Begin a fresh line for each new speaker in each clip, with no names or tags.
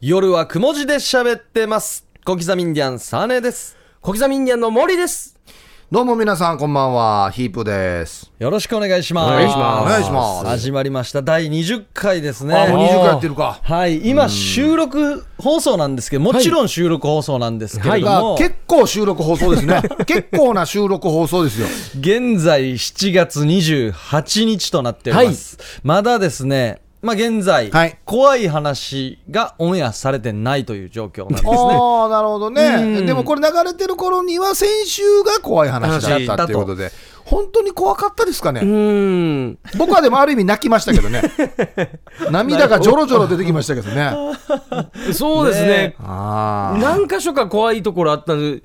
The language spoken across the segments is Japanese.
夜はくも字で喋ってます。小刻みインディアン、サネです。
小刻みインディアンの森です。
どうも皆さんこんばんは、ヒープです。
よろしくお願いします。
お願いします
お願いします。
始まりました。第20回ですね。
あ、もう20
あー
回やってるか。
はい、今収録放送なんですけど、もちろん収録放送なんですけれど
が
も、
結構収録放送です ね。結構な収録放送ですよ。
現在7月28日となっております。まだですね、まあ現在、
はい
怖い話がオンエアされてないという状況なんですね。
ああ、なるほど
う
ね。
ん
でもこれ流れてる頃には先週が怖い話だったっていうことで、本当に怖かったですか
う
ね。
ーん。
僕はでもある意味泣きましたけど ね。涙がジョロジョロ出てきましたけどね。
そうです
ね
ね。
ああ。
何箇所か怖いところあったんで、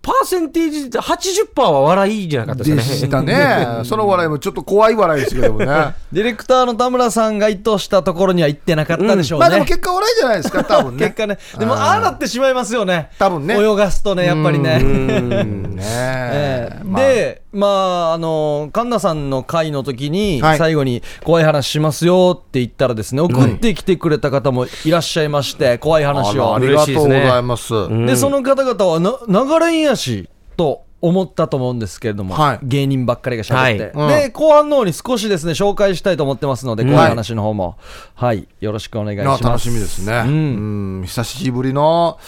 パーセンテージで80%は笑いじゃなかった
で
です
し
かね。
たね。その笑いもちょっと怖い笑いですけどもね。
ディレクターの田村さんが意図したところには行ってなかったでしょう
ま
ね。
あでも結果笑いじゃないですか、多分ね
結。果ね、でもああなってしまいますよね、
多分ね
泳がすとね、やっぱりね。
うんね
え
え
えで、まあ、あの、カンナさんの会の時に、
はい
最後に怖い話しますよって言ったらですね、送ってきてくれた方もいらっしゃいまして、怖い話
あら
を
あ。りがとうございます。
で、その方々はな、流れんやし、と思ったと思うんですけれども、
はい
芸人ばっかりが喋って、
はいうん
で、後半の方に少しですね、紹介したいと思ってますので、怖い話の方も、はい、よろしくお願いし
いや
ます。
楽しみですね、
う
うんん、久しぶりの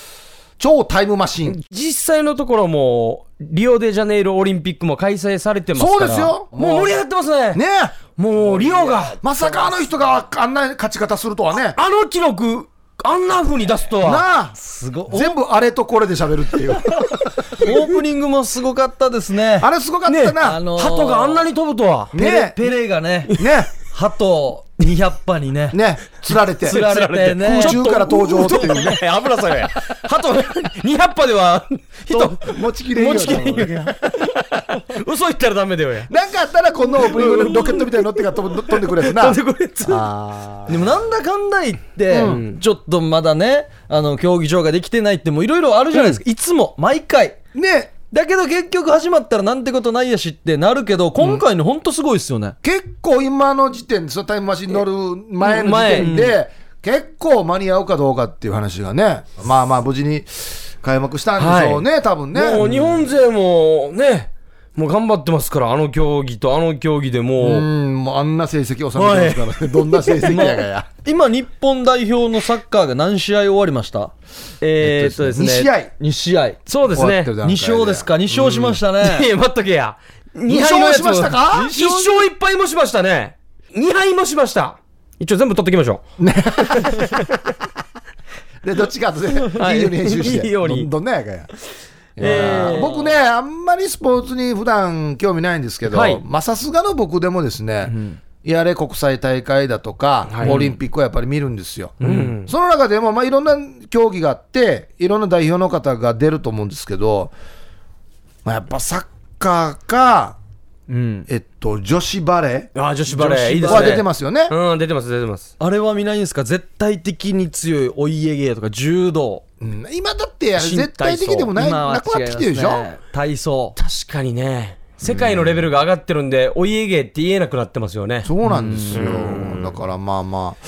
超タイムマシン。
実際のところもう、リオデジャネイロオリンピックも開催されてますか
そ
ら。
うですよ
もう盛り上がってますね。
ね
もうリオが、
まさかあの人があんな勝ち方するとはね。
あの記録、あんな風に出すとは。
なあ
すごい。
全部あれとこれで喋るって いう。
オープニングもすごかったですね。
あれすごかった
あ
な。ね
のー
鳩があんなに飛ぶとは。
ペレ
ね
ペレがね、
ね
鳩200羽にね、
釣られて。
釣られてね
空、中から登場っていうね。
油さえ。鳩、200羽で は、人、
持ちきれんよ
持ちきれんよ嘘言ったらダメだよ。
なんかあったらこんなオープニングでロケットみたいに乗ってが飛ぶ飛んでくるやつな。
飛んでくるやつ
あ
でもなんだかんだ言って、ちょっとまだね、あの競技場ができてないって、もういろいろあるじゃないですか、いつも、毎回。
ーね
だけど結局始まったらなんてことないやしってなるけど、今回のほんとすごいですよね。
結構今の時点で、そのタイムマシン乗る前の時点で、結構間に合うかどうかっていう話がね、まあまあ、無事に開幕したんでしょうね、多分ね。
もう日本勢もね、もう頑張ってますから、あの競技とあの競技で
う
もう、
ん、もうあんな成績を収めてますからね、どんな成績やがや。
今、日本代表のサッカーが何試合終わりました
えーっとです
2
ね、
試合。
?2 試合。
そうです
終わ
ね
っ、てる段階
2勝ですか ?2 勝しました
い
ね。
や、待っとけや、2
勝しましたか
?1 勝1敗もしましたね、2敗もしました、一応全部取っときましょう、
で、どっちか後で、いいよ
はいう
に編集して。
いいように
どんどんなやかや。い
え
や
ー
ー僕ね、あんまりスポーツに普段興味ないんですけど、
はい
まあさすがの僕でもですね、やれ国際大会だとか、オリンピックはやっぱり見るんですよ。
ん
その中でも、まあ、いろんな競技があって、いろんな代表の方が出ると思うんですけど、まあ、やっぱサッカーか、
うん。
えっと、女子バレ
あー女子バレー、いい
ー
です
は
ね、
出てますよね。
うん、出てます、出てます、
あれは見ないんですか絶対的に強いお家芸とか柔道。
うん今だって絶対的でもない
今は
なくなってきてるでし
違い
ょ
ますね体操。
確かにね、世界のレベルが上がってるんで、お家芸って言えなくなってますよね、
そうなんですよ。だからまあまあ、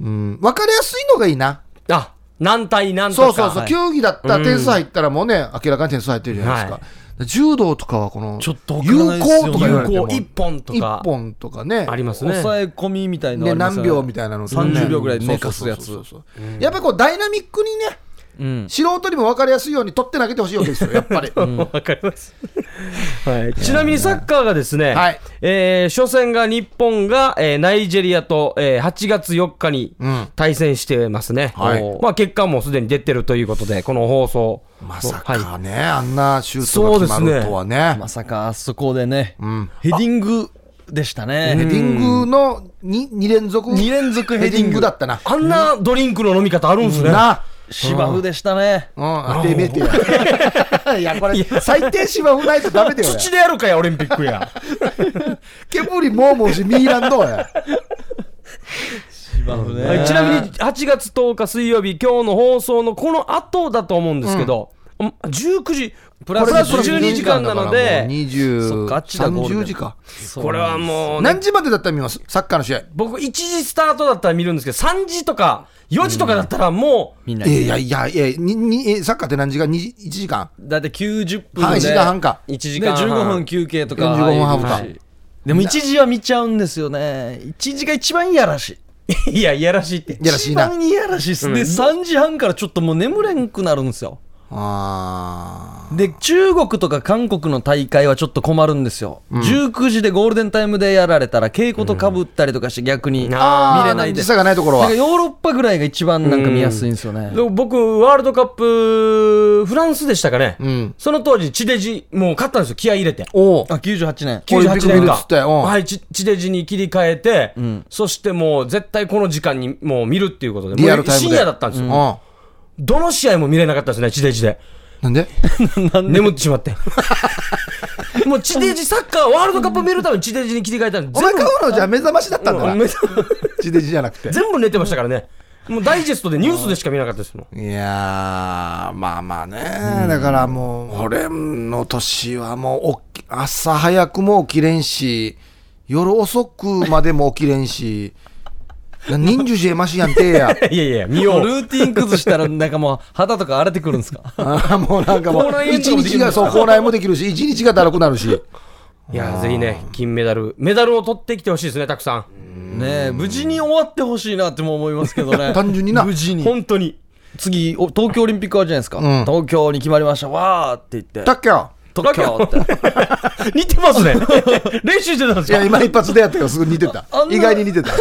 うん、分かりやすいのがいいな。
あ何対何と
そ
か、
うそうそう、
はい
球技だったら点数入ったらもうね、明らかに点数入ってるじゃないですか。
は
柔道とかはこの
ちょっとわからないで
有
すよね
効とか言わ
有
れて
効
も
1本とか
一、本とかね、
ありますね。
抑え込みみたいなのあり
で
ますよね
何秒みたいなのとかね
30秒ぐらい寝
そう
かす
そう
やつ
そうそうそうやっぱりこうダイナミックにね、
うん
素人にも分かりやすいように取って投げてほし いわけですよ、やっぱり。
わかります。はい。ちなみにサッカーがですね、
はい
えー初戦が日本が、えーナイジェリアと、えー8月4日に
うん
対戦してますね。
はい
おーまあ結果もすでに出てるということで、この放送。
まさ
はい。
かね、あんなシュートが決まるとはね。
まさかあそこでね、
ん
ヘディングでした
ヘ
ね。
ディングの 2, 二連続
二連続ヘディング
だったな。
あんなドリンクの飲み方あるんですね。
な
芝生でしたね。
うん、てめえてや。いや、これ、最低芝生ないとダメだ よや。
土でやるかや、オリンピックや。
煙もうもうし、ミーランドや。
芝生
はいちなみに8月10日水曜日、今日の放送のこの後だと思うんですけど、うん19時プ
ラ
ラ
ス
ス
12
12時間なので
そっ
20、
かあっちだゴールデン
30時か。
これはもうね
何時までだったら見ますサッカーの試合。
僕1時スタートだったら見るんですけど3時とか4時とかだったらも
みんな
えいやいやいや、ににえサッカーって何時間 ?1 時間
だって90分
半
で
1時間半か。
う1時
ね、
間半
15分休憩とか
45分ハーフ
入るしでも1時は見ちゃうんですよね1時が一番いやらしい
いやいやらしいって
いやらしい
一
な。
番いやらしいっす、
うん
で3時半からちょっともう眠れんくなるんですよ
あ
で中国とか韓国の大会はちょっと困るんですよ、19時でゴールデンタイムでやられたら稽古とかぶったりとかして逆に、
な
あ。
見れないで
時差がないところ
なん
は
か。ヨーロッパぐらいが一番なんか見やすいんですよね、
でも僕ワールドカップフランスでしたかね、
うん。
その当時チデジもう勝ったんですよ気合い入れて
おう
あ98年
オリンピック
98
見るっ
年間
つってうん
はいチチデジに切り替えて、
ん
そしてもう絶対この時間にもう見るっていうことで
リアルタイムで
もう深夜だったんですよ、
うん。
どの試合も見れなかったですねチデジで
なんで
眠ってし まってもう地デジサッカーワールドカップ見るために地デジに切り替えたの
お
全
前
部
買うのじゃあ目覚ましだったんだ
う
な。
んめ
地デジじゃなくて。
全部寝てましたからねもうダイジェストでニュースでしか見なかったですも ん
いやー、まあまあね、だからもう、俺の年はもうおっき、朝早くも起きれんし、夜遅くまでも起きれん し、な忍者じゃましやんてや。
いやいや見
も
よ
う
う
ルーティン崩したらなんかもう肌とか荒れてくるん ですか
あー もうなんかも
口
う、
内
一
炎とかも
日
できるの
が、そう、口内炎もできるし、一日がだるくなるし。
いやぜひね金メダルメダルを取ってきてほしいですねたくさん
ねえ無事に終わってほしいなっても思いますけどね
単純にな
無事に
本当に
次お東京オリンピックあるじゃないですか、
ん
東京に決まりましたわーって言って
だっけよ。
東京って
似てますね練習してたんです
いや、
か
今一発でやったよ。すぐ似てた
あん。な
意外に似てた。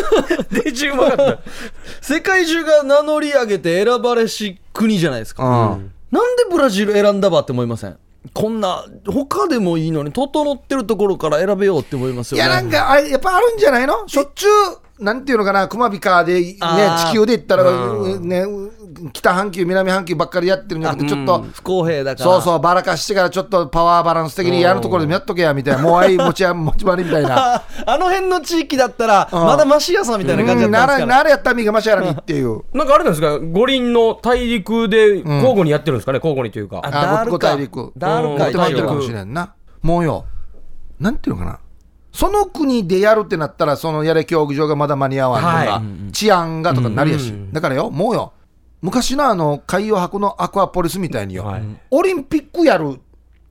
練習うまかった
世界中が名乗り上げて選ばれし国じゃないですか、
うん。
なんでブラジル選んだばって思いませんこんな他でもいいのに整ってるところから選べようって思います
い
よね
や、なんか、あれやっぱあるんじゃないのしょっちゅう、なんていうのかな、クマビカで、ね、
あー
地球で言ったら、ね、北半球、南半球ばっかりやってるんじゃなくて、ちょっと、
不公平だから
そうそう、ばらかしてから、ちょっとパワーバランス的にやるところでもやっとけや、み たいな、もうあい持ちや、持ち回りみたいな。
ああの辺の地域だったらまだマシやさんみたいな感じだ
う
っ
ん
た
なん
です
ら、
から
ならやったみがましやらにっていう。
なんかあれなんですか五輪の大陸で交互にやってるんですかね、交互にというか
あ
ダール
ご
か
大陸
ダール
持っ
か
て回ってるかもしれんな。もうよ、なんていうのかな。その国でやるってなったら、そのやれ競技場がまだ間に合わんとか、
はい
治安がとかなりやし、だからよ、もうよ、昔のあの海洋博のアクアポリスみたいによ、
はい
オリンピックやる、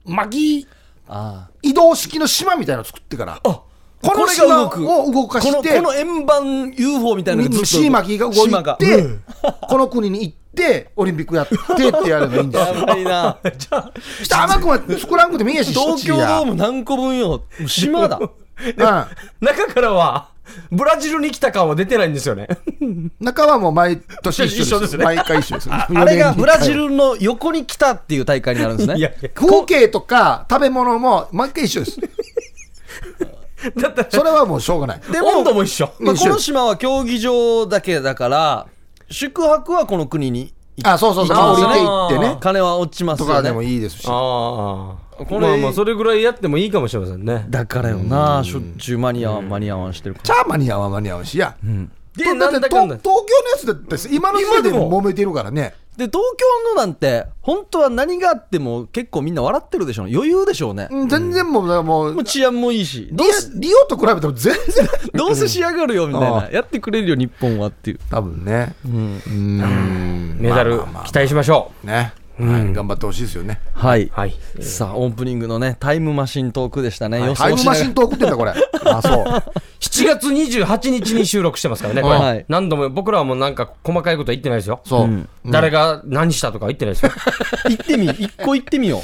マギ
あ
移動式の島みたいなの作ってから、
あこ
この
れが
島
動
を
く
動かして、
このこの円盤 UFO みたいなのがずっと
シーマギが動
シーマ
い
が
て、この国に行って、オリンピックやってってやればいい んですよ。
やばい な
したら甘くは作らんくてもいいやし、
東京ドーム何個分よ島 だ
うん
中からはブラジルに来た感は出てないんですよね
中はもう毎年一緒です
一緒ですね
毎回一緒です。
あれがブラジ
はい
ルの横に来たっていう大会になるんですね
いやいや
風景とか食べ物も毎回一緒です。
だったら
それはもうしょうがない。
で
温度も一緒
まあ、
一緒
この島は競技場だけだから宿泊はこの国に行
あ、そうそうそう。
行
降
き
り
ます
て
ね
行ってね。
金は落ちます
と
よ
か
ね
でもいいですし。
ああ
これ
まあまあそれぐらいやってもいいかもしれませんね
だからよなしょっちゅう間に合わん間に合わんしてるか
チャーマニアは間に合うしや。
で
とだ
な
っ
ん
て
だ
と
か
東
んだ
京のやつだってさ今の時点で
今でも
揉めてるからね。
らで東京のなんて本当は何があっても結構みんな笑ってるでしょ余裕でしょうね、
うん全然もう、だからもう
もう、治安もいいし
リ
どうせ
オリオと比べても全然。
どうせ仕上がるよみたい
あ
な
あ
やってくれるよ日本はっていう
多分ね。うん
メダ
ま
ル
あまあま
期待しましょ
あね。はい頑張ってほしいですよね。
はい、
うはい
さあオープニングのねタイムマシントークでしたね、予
タ
想
イム
しな
マ
が
シ
ら
ントークってんだ、これ。 あ、そう。
7月28日に収録してますからね、これ、
はい
何度も僕らはもうなんか細かいことは言ってないですよ、
そう。
誰が何したとかは言って ないですよ、
行ってみ 一個行ってみよう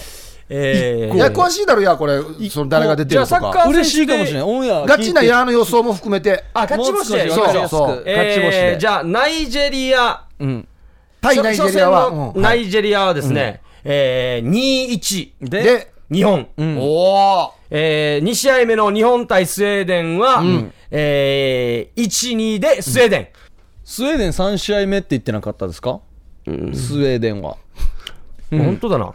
えー
ややこしいだろ、いや、これ、その誰が出てると
じゃあサッ
か
カ。ー
嬉しいかもしれないオンエア聞いて
ガチな矢の予想も含めて、
あ勝ち星で
もう
そ
少し
うそう
わかりやすく勝ち星
え
で
ーじゃあ、ナイジェリア、
うん
対ナイジェリアは、
初初戦
う
の
ん
ナイジェリアはですね、えー2-1、
で
で、
日本、
おー
えー、2試合目の日本対スウェーデンは、えー、1-2でスウェーデン。
スウェーデン3試合目って言ってなかったですか、スウェーデンは
本当だな。も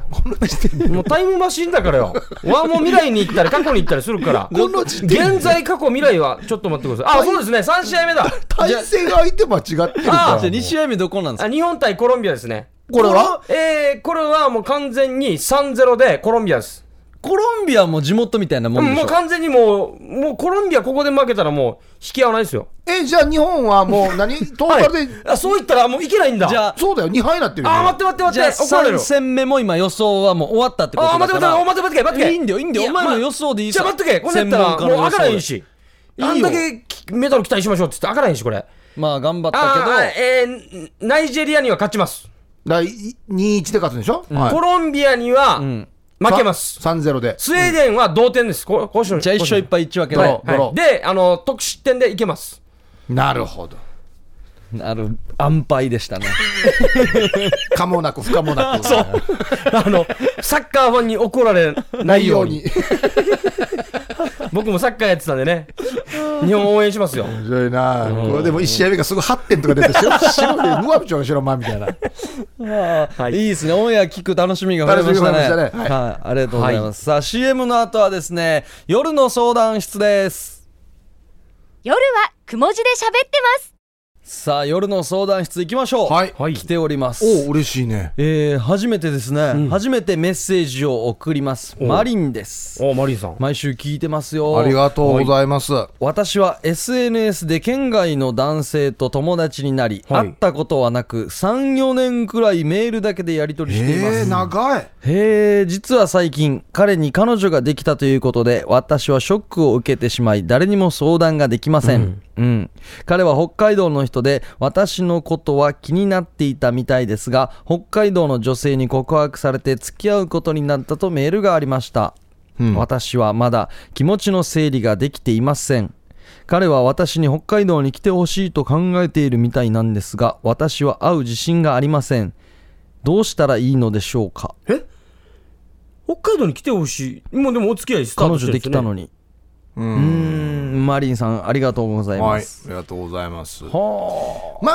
うタイムマシンだからよ。わもう未来に行ったり過去に行ったりするから。
この時点で
現在、過去、未来はちょっと待ってください。あ、そうですね。3試合目だ。
対戦相手間違ってる
じゃ
か
じゃあ2
ら。
試合目どこなんです
あ
か
日本対コロンビアですね。
これは
これえーこれはもう完全に3-0でコロンビアです。
コロンビアも地元みたいなもんでし
も
ょ
う完全にもう、もうコロンビアここで負けたらもう引き合わないですよ。
え、じゃあ日本はも う何、トータルで、
あ、そう言ったらもういけないんだ。
じゃあ
そうだよ、2敗になってるよ。
あー、待って待って
じ
待
ゃ
っ
あ
て、怒られる
3。戦目も今予想はもう終わったってこと
あ
だ
ー、待って
から
待って、待って待って、待って。
いいんだよいいんだよ
や
お前の予想でいい
じ
さ
ゃあ待っとけ、これやったらもう開かないし。
いいよ
あんだけきメダル期待しましょうって言って開かないし、これ。
まあ頑張った
あーはい
け
えーナイジェリアには勝ちます。
だからい2-1で勝つんでしょ、はい
コロンビアには負
ん
けます。
3-0で。
スウェーデンは同点です。こ
どじゃあ一勝一敗一分け
はい
の
ドロー
で、あの、得失点でいけます。
なるほど。
ある安牌でしたね
かもなく、不可も なく。
あ の、サッカーファンに怒られない
内
よ
容
うに
に。。
僕もサッカーやってたんで ね、日本応援しますよ。
面白いな、これでも1試合目がすぐ8点とか出て、 白白で、ムアブチョが白間みたいな。
はいいいですねオンエア聞く楽しみが増えましたね
楽しみが増えましたね
はい、ありがとうございます、さあ CM の後はですね夜の相談室です
夜はくも字で喋ってます。
さあ夜の相談室行きましょう
はい
来ております
おお、嬉しいね。
えー、初めてですね、初めてメッセージを送りますマリンです
おマリンさん。
毎週聞いてますよ
ありがとうございます。
私は SNS で県外の男性と友達になり、
はい
会ったことはなく34年くらいメールだけでやり取りしています、
えー、長い。
へえ実は最近彼に彼女ができたということで私はショックを受けてしまい誰にも相談ができません、うん彼は北海道の人で私のことは気になっていたみたいですが北海道の女性に告白されて付き合うことになったとメールがありました、私はまだ気持ちの整理ができていません彼は私に北海道に来てほしいと考えているみたいなんですが私は会う自信がありませんどうしたらいいのでしょうか
北海道に来てほしい。もうでもお付き合いスター
彼
トして
女で
るんです
き
ね
たのにう
う
ーんマリンさんありがとうござい
は
ま
い、
す、
ありがとうございます。ま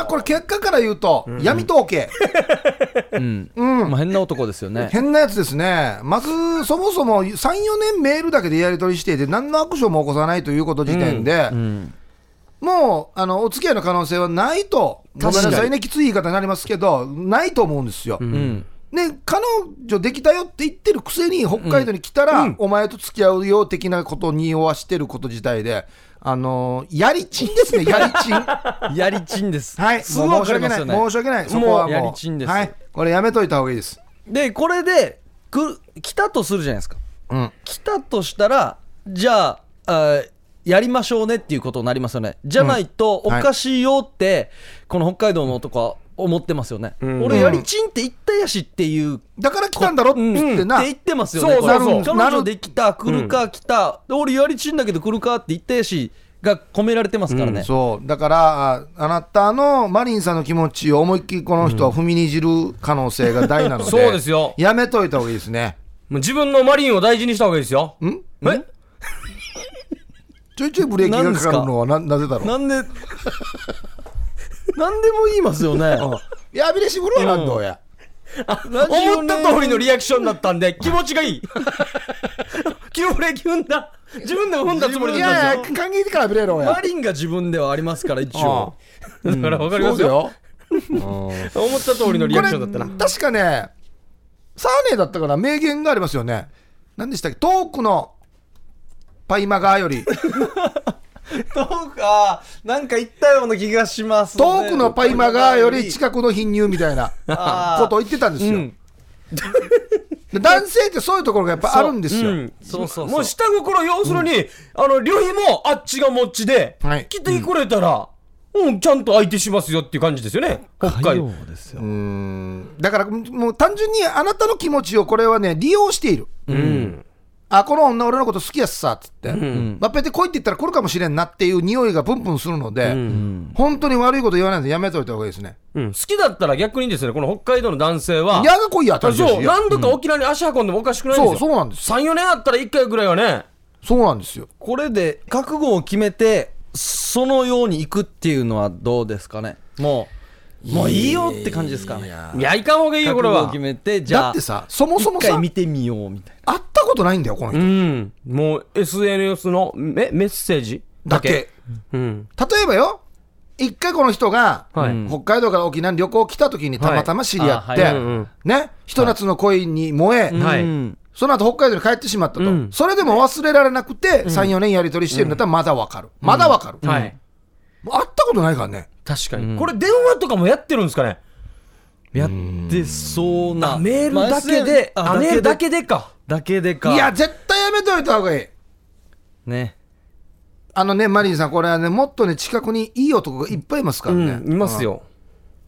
あこれ結果から言うと、闇統計、
まあ、変な男ですよ ね
変なやつですね。まず、そもそも3、4年メールだけでやり取りしていて、何のアクションも起こさないということ時点で、もうあのお付き合いの可能性はないと、ごめんなさいね、きつい言い方になりますけど、ないと思うんですよ。
うん
ね、彼女できたよって言ってるくせに、北海道に来たら、お前と付き合うよ的なことに匂わしてること自体で、あのやりちんです ね、やりちん。
やりちんです
はい、
す
も
ご
う
いわ
申
か
し
りま
訳な
す
い、
よね
申し訳ない、そこはもう、
やりちんです
はい、これやめといた方がいいです。
でこれでく来たとするじゃないですか
うん、
来たとしたらじゃああーやりましょうねっていうことになりますよねじゃないとお
んはい
かしいよって、この北海道の男は思ってますよね、俺やりちんって言ったやしっていう
だから来たんだろって言って
って
な、
言ってますよね。
そうそうそう
これ
なる
彼女できた、来るか、来た、俺やりちんだけど来るかって言ったやし、が込められてますからね。
そうだからああなたのマリンさんの気持ちを思いっきりこの人は踏みにじる可能性が大なので、
そうですよ
やめといた方がいいですね
もう自分のマリンを大事にした方がいいですよ。
ん
え
ちょいちょいブレーキがかかるのはななぜだろ
な
うん
で、 なんでも言いますよね。
やびれしぶるわなんどうや、
ラジオ
思っ
ネーム
た通りのリアクションだったんで、気持ちが いい。昨日ブレーキ踏んだ。自分でも踏んだつもり
い
だった
やい
ん
や
で
考えてからやびれろ
マ
や
リンが自分ではありますから、一
すよ
応。。
うんだから分かりますよ。
よ
思った通りのリ
こ
アク
れ
ションだったな。
確かねサーネーだったから名言がありますよね何でしたっけトークのパイマガーより
そうか、なんか言ったような気がしますね。
遠くのパイマガーより近くの貧乳みたいな
あー
ことを言ってたんですよ。
ん
で男性ってそういうところがやっぱあるんですよ。
うん
そうそうそう
もう下心要するに、あの両費もあっちが持ちで、
はい
来てくれたら、うん、ちゃんと相手しますよっていう感じですよね、北海道。
ですよ。
うんだからもう単純にあなたの気持ちをこれはね利用している。
うん。
あこの女俺のこと好きやっさっつって、まっぺって来いって言ったら来るかもしれんなっていう匂いがプンプンするので、本当に悪いこと言わないでやめといた方がいいですね。
うん好きだったら逆にですね、この北海道の男性は、
いやが来いや当たり
そう、
前や
何度か沖縄に足運んでもおかしくないんです
そ
よ。
うそうなんです。
3、4年あったら1回ぐらいはね、
そうなんですよ。
これで覚悟を決めて、そのように行くっていうのはどうですかね。もう、もういいよって感じですかね。
いや、いかんほうがいいよ、これ
覚悟を
は
決。めて、じゃあ。
だってさそもそも
一回
さ会
見てみようみたい
ったことないんだよこの
う
人。
ん。もう SNS のメメッセージ
だけ。
うん。
例えばよ一回この人が、
はい
うん
北海道から沖縄に旅行来た時にたまたま知り合
は
っ
いあ
て
はい
うんうん、
ね、ひと夏の恋に燃え、
んはい
うん
その後北海道に帰ってしまったと、
うん
それでも忘れられなくて、3、4年やり取りしてるんだったらまだわかる、まだわかる、
はい。
もう会ったことないからね、
確か
うん
に。これ電話とかもやってるんですかね
やってそうな
メールだけで、
まあ
あ、メールだ
で
けでか。
だけで
い
か
や、絶対やめておいた方がいい、
ね
あのね、マリンさん、これはね、もっとね、近くにいい男がいっぱいいますから
う
ね、
ん、いますよ。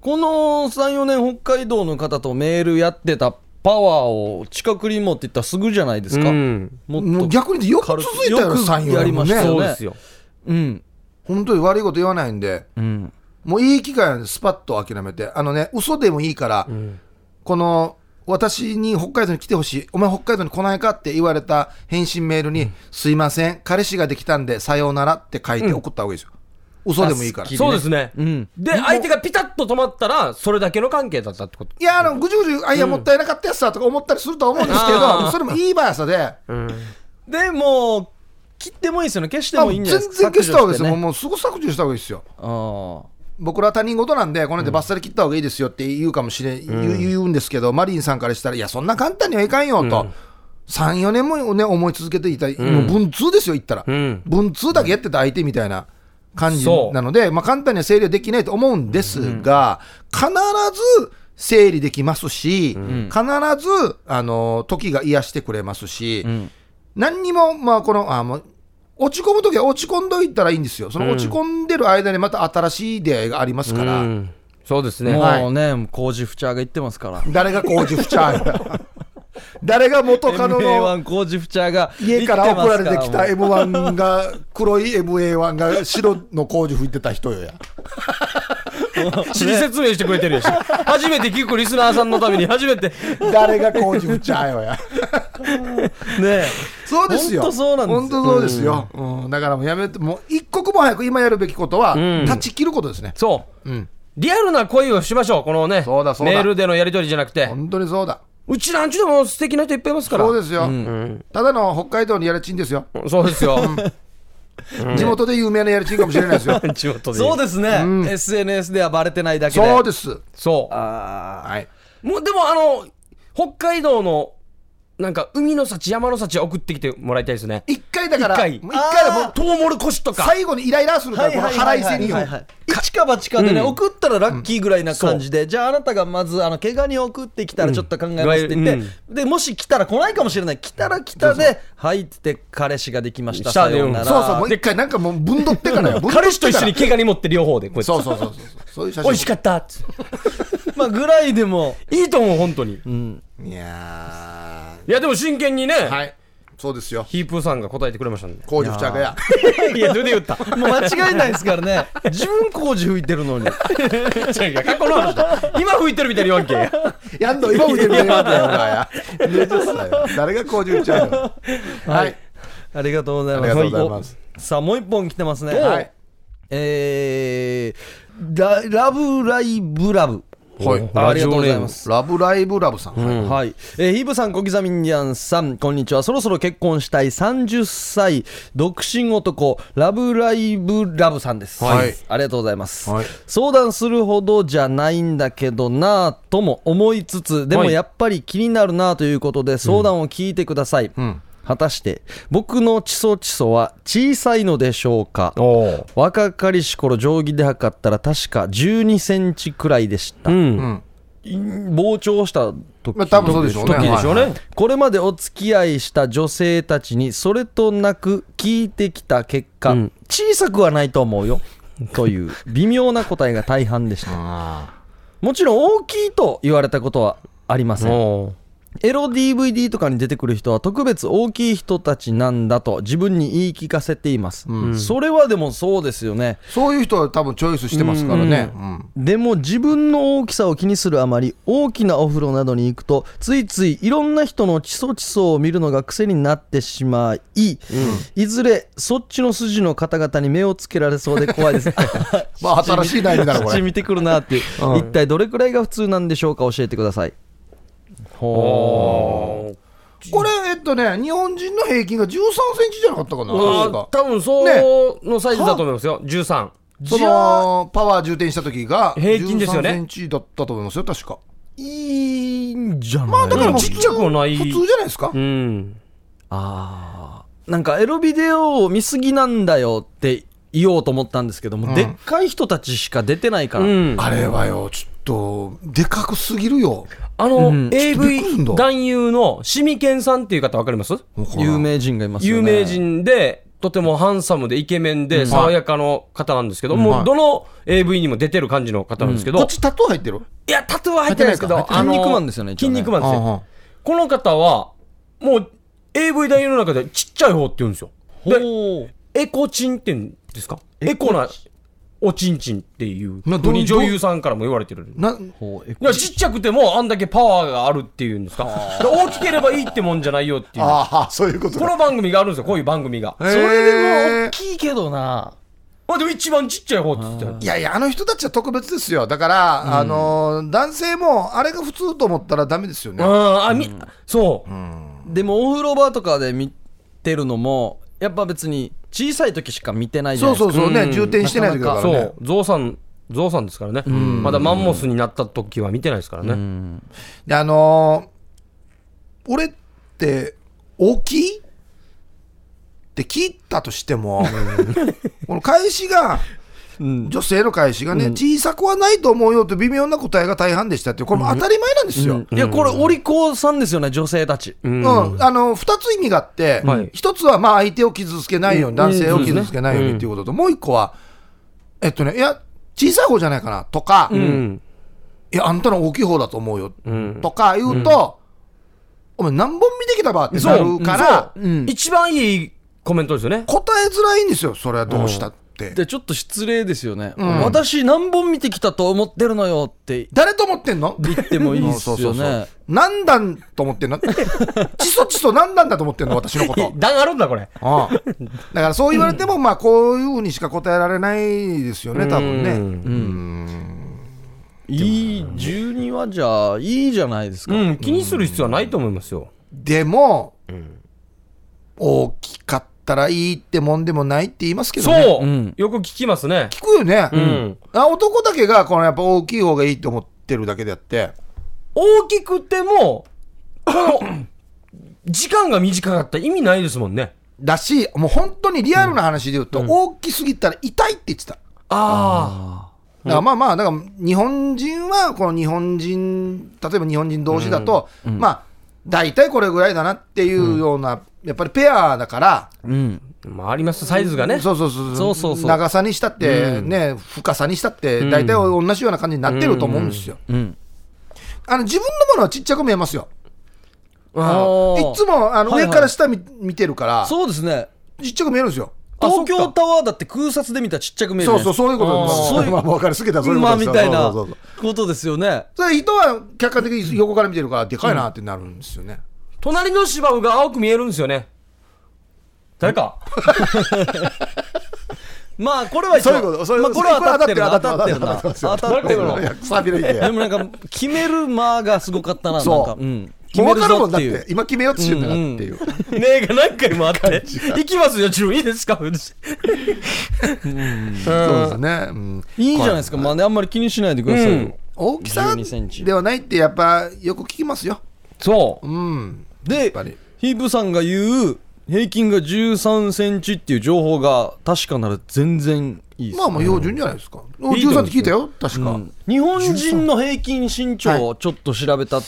この34年北海道の方とメールやってたパワーを近くに持っていったらすぐじゃないですか、
うん
も
うん、もう逆によく続いたよ、
軽く
3、4年
やりましたよ
ね
そう
ね
ですよ。
うん
本当に悪いこと言わないんで、
うん
もういい機会なんで、スパッと諦めて、あのね、嘘でもいいから、この私に北海道に来てほしい、お前、北海道に来ないかって言われた返信メールに、すいません、彼氏ができたんで、さようならって書いて送った方がいいですよ、嘘でもいいから。
好き
い
そうですね。
うん
で、相手がピタッと止まったら、それだけの関係だったってこと。
や、あのぐじゅぐじゅ、あいや、もったいなかったやつだとか思ったりするとは思うんですけ
あ
ど、
ー
それもいいバヤさで、
でも切ってもいいですよね消して
あ
もいい
全
んじゃな
然
いですか
消した方がい
削除し
いですよ、
てね
もうすぐ削除した方がいいですよ。
ああ
僕ら他人事なんで、この辺でバッサリ切った方がいいですよって言うかもしれん、言う言うんですけど、マリンさんからしたら、いや、そんな簡単にはいかんよと、3、4年も、ね、思い続けていた、もう文通ですよ、言ったら、
ん
文通だけやってた相手みたいな感じ
そう
なので、まあ、簡単には整理はできないと思うんですが、必ず整理できますし、必ずあの時が癒してくれますし。
ん
何にも、まあ、この、あもう落ち込むときは落ち込んどいたらいいんですよ。その落ち込んでる間にまた新しい出会いがありますから、
うんそうですね。
もうね、工事フチャーが言ってますから
誰が工事不調 誰が 元カノの
MA1 工事フチャーが
家から
言って
送
ま
ら
す
れてきた
もう
M1 が、黒い MA1 が白の工事吹いてた人よや。
知り説明してくれ てるやし。初めて聞くリスナーさんのために初めて。
誰が工事不調よや。
ね
そうですよ。
本当そうなんですよ
本当そうですよ。うんだからもうやめて、もう一刻も早く今やるべきことは、断ち切ることですね。
そう。
ん
リアルな恋をしましょう。このね、
そうだそうだ
メールでのやり取りじゃなくて。
本当にそうだ。
うちなんちでも素敵な人いっぱいいますから。
そうですよ。ただの北海道のやらちんですよ。
うんそうですよ。
地元で有名なやりちんかもしれないですよ。
地元で。
そうですね、SNS ではバレてないだけで
そうです。
そ
あ
はい。
う。もうでもあの、北海道の、なんか海の幸、山の幸送ってきてもらいたいですね。
一回だから、
一
もう
回
一回はもう
トウモロコシとか。
最後にイライラする
あ
から、この腹いせによ。
一か八かでね、
うん
送ったらラッキーぐらいな感じで、じゃああなたがまずあの怪我に送ってきたらちょっと考えますって言って、でもし来たら来ないかもしれない来たら来たではいって言って彼氏ができました
した
さ
で
ようなら
そうそう、もう一回なんかもうぶんどってからよ。ぶんどってから
彼氏と一緒に。毛ガニ持って両方で、こうやって
そうそうそうそう。そういう写
美味し
真。
かったっつっ
まあぐらいでも
ていいと思う、本当に。い
いや
や、でも真剣にね、
ー。はい。そうですよ。
ヒープーさんが答えてくれましたんで。
工事不着や。
いや、それで言った。
もう間違いないですからね自分工事吹いてるのに
違う違う過去の話だ。今吹いてるみたいに言わんけ。
やんの、今見てるよ。今見てるよお前や20歳よ誰が工事不着や。はい。
ありがとうございます
ありがとうございます
おさあもう一本来てますね
おはい
えーララブライブラブ
はい
あありがとうございます
ラブライブラブさん。は
は
い
い、えーヒーブさん小刻みインディアンさんこんにちはそろそろ結婚したい30歳独身男ラブライブラブさんです、
はい
ありがとうございます、
はい
相談するほどじゃないんだけどなぁとも思いつつでも
はい
やっぱり気になるなぁということで相談を聞いてください、
ん
果たして僕のチソチソは小さいのでしょうか
おお。
若かりし頃定規で測ったら確か1 2センチくらいでした、
うん。
膨張した時
まあ多分そうでしょうね。
時でしょうね
はい。
これまでお付き合いした女性たちにそれとなく聞いてきた結果、
ん
小さくはないと思うよという微妙な答えが大半でしたもちろん大きいと言われたことはありません
おー
エロ DVD とかに出てくる人は特別大きい人たちなんだと自分に言い聞かせています、それはでもそうですよね
そういう人は多分チョイスしてますからね。うん
でも自分の大きさを気にするあまり大きなお風呂などに行くとついついいろんな人のチソチソを見るのが癖になってしまい、いずれそっちの筋の方々に目をつけられそうで怖いです
まあ、新しい悩みだな、
こ
こ
っ ち
れ。
見てくるなっていう、一体どれくらいが普通なんでしょうか教えてくださいほ
おー。
これ、えっとね、日本人の平均が13センチじゃなかったかな、確
あー
か。
多分そうのサイズだと思いますよ、13
そ
じゃ
のパワー充填した時が
平均ですよね
13センチだったと思いますよ確か
いいんじゃない
まあだからもう
ちっちゃくはない
普通じゃないですか、
うん
あーなんかエロビデオを見すぎなんだよって言おうと思ったんですけども、
うん
でっかい人たちしか出てないから、
うん
あれはよちょっとでかくすぎるよ
あの、
うん
ちょっとびっ
AV
くりすんだ
男優のシミケンさんっていう方わかります
有名人がいますよ
有
ね
名人で、とてもハンサムでイケメンで爽やかの方なんですけど、も
は
う
い
どの AV にも出てる感じの方なんですけど、
こっちタトゥー入ってる
いや、タトゥーは入ってないですけど、
入って
ないか
あの
筋肉マンですよね一応
筋
ね
肉マンです
ああ
よ
あ。
この方は、もう AV 男優の中でちっちゃい方って言うんですよ。で、
ほう
エコチンって言うんですかエコなおちんちんっていう、
な
本当に
どう
女優さんからも言われてる。
な
ほうえ
いや、ちっちゃくてもあんだけパワーがあるっていうんですか。で大きければいいってもんじゃないよっていう。こ
ああそういうこと
の番組があるんですよ、こういう番組が。
それでも
へ
大
ー
きいけどな
あでも一番ちっちゃい方って言ってたよ
いやいやあの人たちは特別ですよだから、あの男性もあれが普通と思ったらダメですよね、
うん、あ、み、そう。
でもお風呂場とかで見てるのもやっぱ別に小さい時しか見てないじゃな
そう
いです
そ
か
うそうね、
うん
充填してない時だから
そ
ね
う、ゾウさん、ゾウさんですからね、まだマンモスになった時は見てないですからね。
であのー俺って大きいって聞いたとしても、この返しが、女性の返しがね、小さくはないと思うよって微妙な答えが大半でしたって、これも当たり前なんですよ。
いやこれお利口さんですよね女性たち、
うん
うん、あの2つ意味があって、
はい
1つはまあ相手を傷つけないように、男性を傷つけないよう
うん
にっていうことと、もう1個は、えっとね、いや、小さい方じゃないかなとか、
う
い
ん。
や、あんたの大きい方だと思うよ
うん
とか言うと、お前、何本見てきたばってなるから、
そう一番いいコメントですよね。
答えづらいんですよ、それはどうしたって。
でちょっと失礼ですよね、
ん
私何本見てきたと思ってるのよって
誰と思ってんの
言ってもいいっす
そうそ
よ
うそ
ね
う。何段と思ってん のちそちそ何段だと思ってんの私のこ
え
と。
段あるんだ、これ。
ああだからそう言われても、まあこういうふうにしか答えられないですよね、多分
う
ね。
ん
いい12話じゃいいじゃないですか、
うん、気にする必要はないと思いますよ。
でも、大きかったらいいってもんでもないって言いますけどね。
そう、
うん
よく聞きますね。
聞くよね。
ん
あ男だけが、このやっぱ大きい方がいいと思ってるだけであって。
大きくても、 この、時間が短かったら意味ないですもんね。
だし、もう本当にリアルな話で言うと、大きすぎたら痛いって言ってた。
あ
だからまあまあ、だから日本人は、この日本人、例えば日本人同士だと、まあ、大体これぐらいだなっていうような、やっぱりペアだから、
うん
あ、まああります、サイズがね。
そうそうそう
そうそうそう
長さにしたって、ね、深さにしたって、大体同じような感じになってると思うんですよ。
うん
あの自分のものはちっちゃく見えますよ。
あ
あ
ー
いつもあの
はいはい
上から下見,、見てるから、
そうですね
ちっちゃく見えるんですよ。
東京タワーだって空撮で見たらちっちゃく見える
そ
ね
うそう、そういうことです。
あーそういう
まあ、分かりすぎたらそういうこ
馬
とです
み
よ
たいな
そうそうそうそう
ことですよね
それ人は客観的に横から見てるから、でかいなってなるんですよね。
隣の芝生が青く見えるんですよね。誰か
まあこれは一
そうい
応
うこと、そういう
ま
こ
あ
と。
これは当たってるな
これ
当たってるな当たってるな
当たってるくさびれて。
でもなんか決める間がすごかったな
そう
なんか、うん、決
も
め
う分
る
かる
ぞ
も
っ
ん
てい
だっ
う
て、今決めようとしてるんだなっていう。
ねえが何回もあって。行きますよ、自分いいですか私
そうですね。うん
いいじゃないですかまあねあんまり気にしないでくださいよ、
うん
大きさ
12センチ
ではないって、やっぱよく聞きますよ。
そう。
うん。
で
ぱり
ヒープさんが言う平均が1 3センチっていう情報が確かなら全然いいです、
まあまあ、標準じゃないですか。
いいと思
13
う
って聞いたよ、確
う
か。
ん日本人の平均身長をちょっと調べたと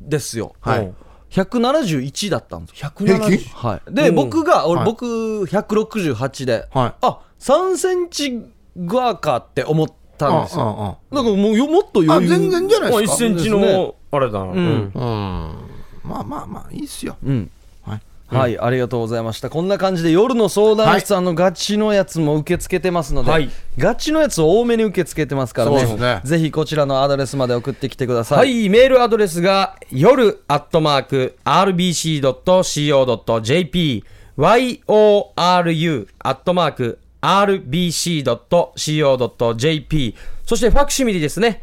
ですよ、
はい
うん。
171だったんですよ、
平均
はい、で、
うん
僕が俺、
はい
僕168で、
はい
あ3センチぐらいかって思ったんですよ、
よ。
だからもうよもっと余裕
あ全然じゃない
まあ
で
1
すか
センチ
ですね
の、あれだな。うん
うんまあまあまあ、いいっすよ。
うん
はい。
はい、ありがとうございました。こんな感じで夜の相談室、あのガチのやつも受け付けてますので、
はい
ガチのやつを多めに受け付けてますからね
そうですね
ぜひこちらのアドレスまで送ってきてくださ。
はいい、メールアドレスが、夜アットマーク、rbc.co.jp、yoru アットマーク、rbc.co.jp、そしてファクシミリですね。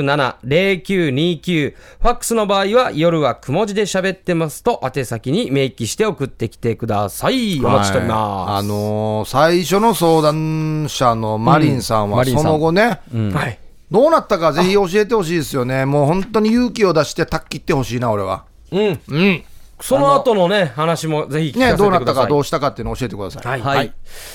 098-867-0929。ファックスの場合は、夜はくも字で喋ってますと、宛先に明記して送ってきてください。お待ちしております。
あのー最初の相談者のマリンさん
うんマ
は、
リンさ
そ
ん
の後ね、
はい。
どうなったかぜひ教えてほしいですよね。もう本当に勇気を出して、たっきってほしいな、俺は。
うん。
うん。
その後のね、話もぜひ聞かせ
ね、
てください。
どうなったか、どうしたかっていうのを教えてください。
はい。
はい、
はい。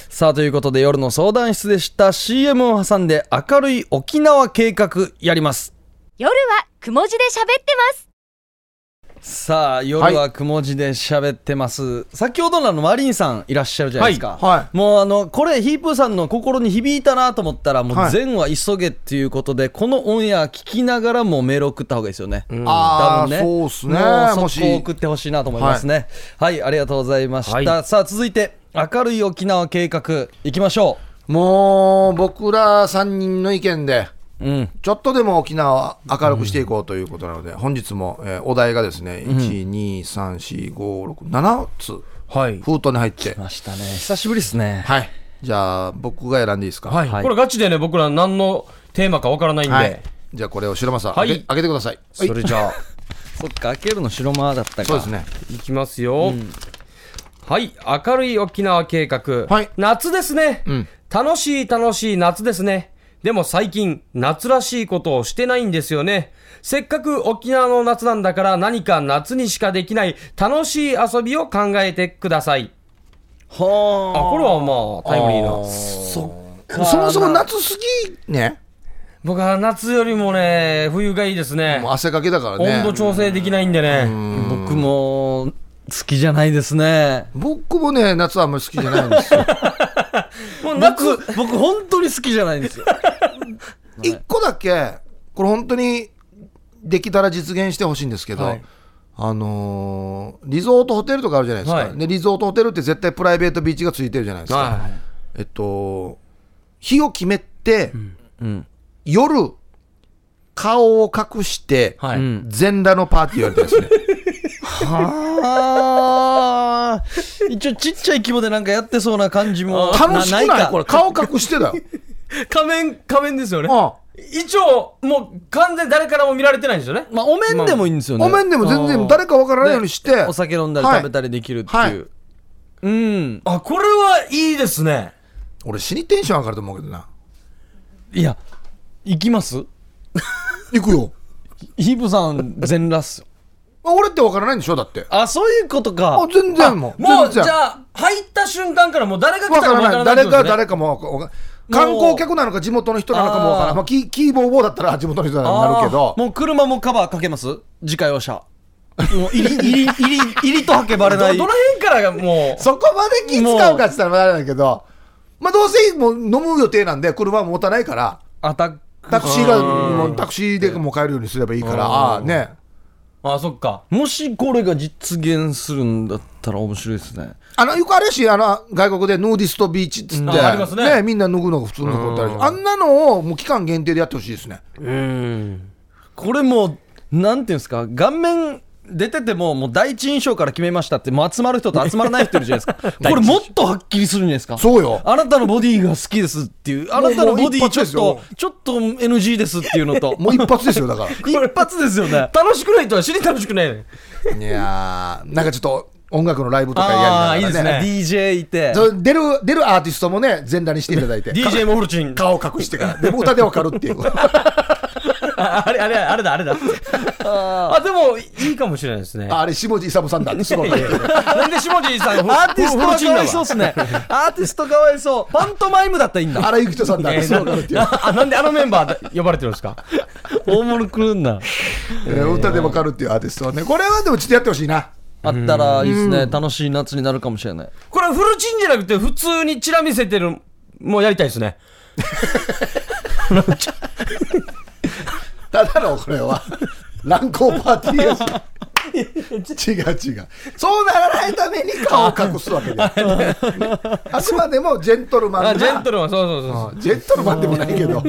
さあということで夜の相談室でした CM を挟んで明るい沖縄計画やります
夜はくも字で喋ってます。
さあ夜はくも字で喋ってます、先ほどのあのマリンさんいらっしゃるじゃないですか、
はいはい
もうあのこれヒープーさんの心に響いたなと思ったらも
は
う
い
善は急げっていうことでこのオンエア聞きながらもメール送った方がいいですよね、
ああ、そう
も
っ
う
すね。も
速攻
し
送、ってほしいなと思いますねはい、ありがとうございました、
はい
さあ続いて明るい沖縄計画いきましょ
もう僕ら3人の意見で、
ううん
ちょっとでも沖縄を明るくしていこうということなので、本日も、えーお題がですね、1、2、3、4、5、6、7つ、
はい。
封筒に入って、
ましたね久しぶりですね
はい。じゃあ、僕が選んでいいですか。はい。
はい
これガチでね、僕ら何のテーマかわからないんで。
じゃあ、これを白間さん、
はい
開け開けてください。
それじゃあ、
そっか開けるの白間だったか
そうですね。
いきますよ。はい。明るい沖縄計画。
はい
夏ですね。
ん
楽しい楽しい夏ですね。でも最近、夏らしいことをしてないんですよね。せっかく沖縄の夏なんだから何か夏にしかできない楽しい遊びを考えてください。あ、
は
これはまあタイムリーな。
そもそも夏好きね。
僕は夏よりもね、冬がいいですね
もう。汗かけだからね。
温度調整できないんでね。
あ僕も好きじゃないですね
僕もね、夏はあんまり好きじゃないんですよ。
もう夏、
僕僕本当に好きじゃないん ですよ
一個だけ、これ本当にできたら実現してほしいんですけど、
はい
あのーリゾートホテルとかあるじゃないですか、
はい
でリゾートホテルって絶対プライベートビーチがついてるじゃないですか、
は
えっと日を決めて、
うん
夜顔を隠して、
い。は
う
い。
ん
全裸のパーティーやりたいですね
あー一応ちっちゃい規模でなんかやってそうな感じも
楽しくない
か
これ顔隠し てだよ
仮面、仮面ですよね。
あ
一応、もう完全に誰からも見られてないんですよね。
まあお面でもいいんですよ
あ
ね、
お面でも全
あ
然
ー
誰かわからないようにして
お酒飲んだり
はい
食べたりできるっていう、
はい
うん
あ、これはいいですね。
俺死にテンション上がると思うけどない
や行きます
行くよ
ヒープさん全裸っすよ
あ俺ってわからないんでしょだって
あそういうこと
あ
か
全然もう
もう、
全
じ
然
ゃあ、入った瞬間からもう誰が来
わ
た
か
からもわから
な。
ないい。
誰が
か。
誰かもわか観光客なのか地元の人なのかもわから
あ
ん。
ー
まあ、キーキーボーボーだったら地元の人になるけど。
もう車もカバーかけます自家用車もう入り入り入り入りとはけばれ
ど、ど
な
の
い
辺からがも
そこまで気使うかって言ったらまだあれだけど。まあ、どうせもう飲む予定なんで車も持たないから、
アタック
タクシーが、もうタクシーでもう帰るようにすればいいから、ああね。
う、あ、そっか。
もしこれが実現するんだったら面白いですね
あの、よくあれやし、あの、外国でヌーディストビーチっつって、
あありますね
みんな脱ぐのが普通のとこってあるじゃんあんなのをもう期間限定でやってほしいですね。
うん。
これもうなんていうんですか顔面出ててももう第一印象から決めましたってもう集まる人と集まらない人いるじゃないですかこれもっとはっきりするんじゃないですか
そうよ。
あなたのボディが好きですっていうあなたのボディ
もうもう一
ち
発
ょ
で
っ
すよ
とちょっと NG ですっていうのと
もう一発ですよ、だ から。
一発ですよね
楽しくないとは知り楽しくないね。
いやー、なんかちょっと音楽のライブとかやりながら、
あーいいですね
DJ いて
そう出る出るアーティストもね全裸にしていただいて
DJ モフルチン。
顔を隠してからでも歌でわかるっていう
ああれ、あれ、あれだ、あれだ。あ、でも、いいかもしれないですね。
あれ下地勇さんだってすごい
いやいやなんで下地さん、
アーティスト
フ
は
ルチ
か
ン
わ
だ
いそうっすねアーティストかわいそうパントマイムだったらいいんだ
荒井由紀人さんだってすごいわかるっていう、
あなんであのメンバーで呼ばれてるんですか
大物来るんだ
えー歌でわかるっていうアーティストはねこれはでもちょっとやってほしいな
あったらいいですね楽しい夏になるかもしれない
これフルチンじゃなくて普通にチラ見せてるもうやりたいですね
ただのこれは乱行パーティーやし違う違うそうならないために顔を隠すわけであくまでもジェントルマンな
あジェントルマンそうそうそう
うんジェントルマンでもないけど
そう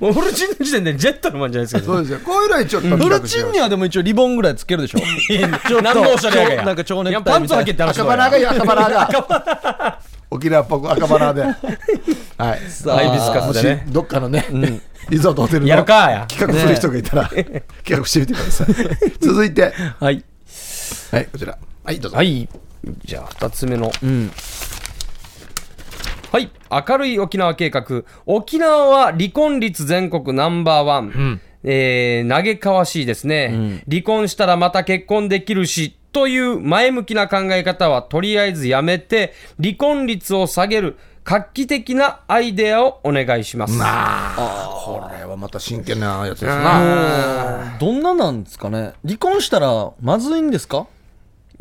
もうフルチンの時点でジェントルマンじゃないですか
そうですよこういうのにちょっと
フ
企
ル
画して
チ
ほ
ン
しい
にはでも一応リボンぐらいつけるでしょ
何のおしゃれやが
なんか蝶ネクタイみたいない
やパンツ履けって話
赤バラがいい赤バラが沖縄っぽく赤バラではい。
あ
ハイビスカ
も
ス
し
でね。
どっかのね、リゾートホテルの
やるかや
企画する人がいたら、企画してみてください。続いて、
はい。
はい、こちら。はい、どうぞ。
はい。じゃあ、二つ目の。はい。明るい沖縄計画。沖縄は離婚率全国ナンバーワン。えー、嘆かわしいですね、離婚したらまた結婚できるし、という前向きな考え方はとりあえずやめて、離婚率を下げる画期的なアイデアをお願いします。
これはまた真剣なやつですな。
どんななんですかね離婚したらまずいんですか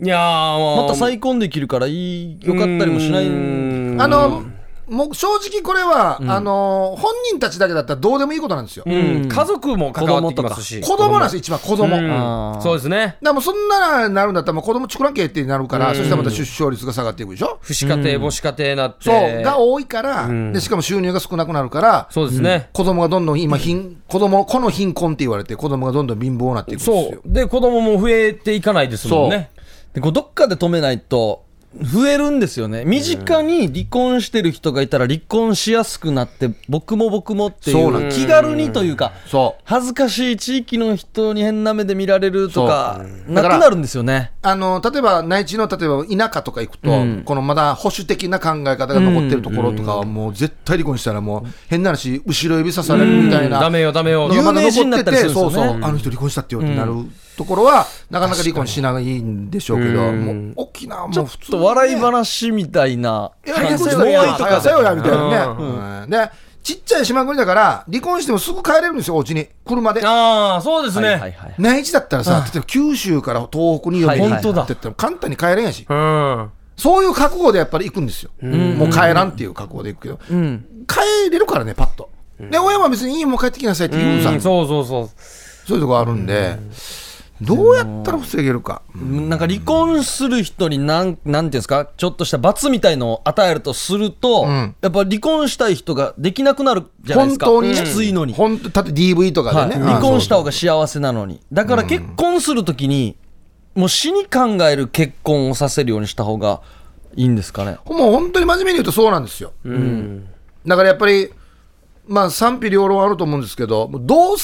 いやー、も
ま
う
た再婚できるからいいよかったりもしないう
ー
ん
ん
あの、もう正直これは、あの、本人たちだけだったらどうでもいいことなんですよ。
うん家族も関わってきますし。
子供なんですよ、一番子供。
う
だか
んそうですね。
らもうそんななるんだったら、もう子供作らんけってなるから、そしたらまた出生率が下がっていくでしょ。
不死家庭、母子家庭なって。
そう、が多いから、で、しかも収入が少なくなるから、
そうですね。
子供がどんどん今貧、子供、子の貧困って言われて、子供がどんどん貧乏になっていくんですよ。
そう。で、子供も増えていかないですもんね。
でこうどっかで止めないと増えるんですよね身近に離婚してる人がいたら離婚しやすくなって僕も僕もってい
そうなん
う
で
気軽にというか
そう
恥ずかしい地域の人に変な目で見られるとか
そう
な
だ
く
から
なるんですよね
あの例えば内地の例えば田舎とか行くと、
うん
このまだ保守的な考え方が残ってるところとかは、もう絶対離婚したら、もう変な話、後ろ指さされるみたいな、
ダメよ、ダメよ。
有
有
名人
名人
に
に
な
な
っ
ったた
りす
りす
る
る
んです
そ
よ
う
ね
そう、あの人離婚したってよってなるところは、なかなか離婚しないんでしょうけど、もう沖縄も
ちょっ
普通
と
にね
笑い話みたいない
や離
感
婚
じ
し
で
たら
もうい
いい
い
や
とか
早よやみたいなね、うんでちっちゃい島国だから、離婚してもすぐ帰れるんですよ、お家に、車で。
ああ、そうですね。
はいはいはい
内地だったらさ、例えば九州から東北に嫁に行
はいはい
くって言っても簡単に帰れんやし、
うん。
そういう覚悟でやっぱり行くんですよ。もう帰らんっていう覚悟で行くけど、
うん
帰れるからね、パッと。で、親は別にいいよもう帰ってきなさいって言うさ、
うんそうそうそう。
そういうとこあるんで、どうやったら防げるか。
なんか離婚する人になんなんていうんですかちょっとした罰みたいのを与えるとすると、
ん
やっぱ離婚したい人ができなくなるじゃないで
本
すか
当にね、
きついのに、
本当、だって DV とか
はい
でね、
離婚した方
が
が幸せなのにだから結婚するときに、もう死に考える結婚をさせるようにした方がいいんですかね
もう本当に真面目に言うとそうなんですよ。
うん。
だからやっぱり、まあ、賛否両論あると思うんですけど、もう同棲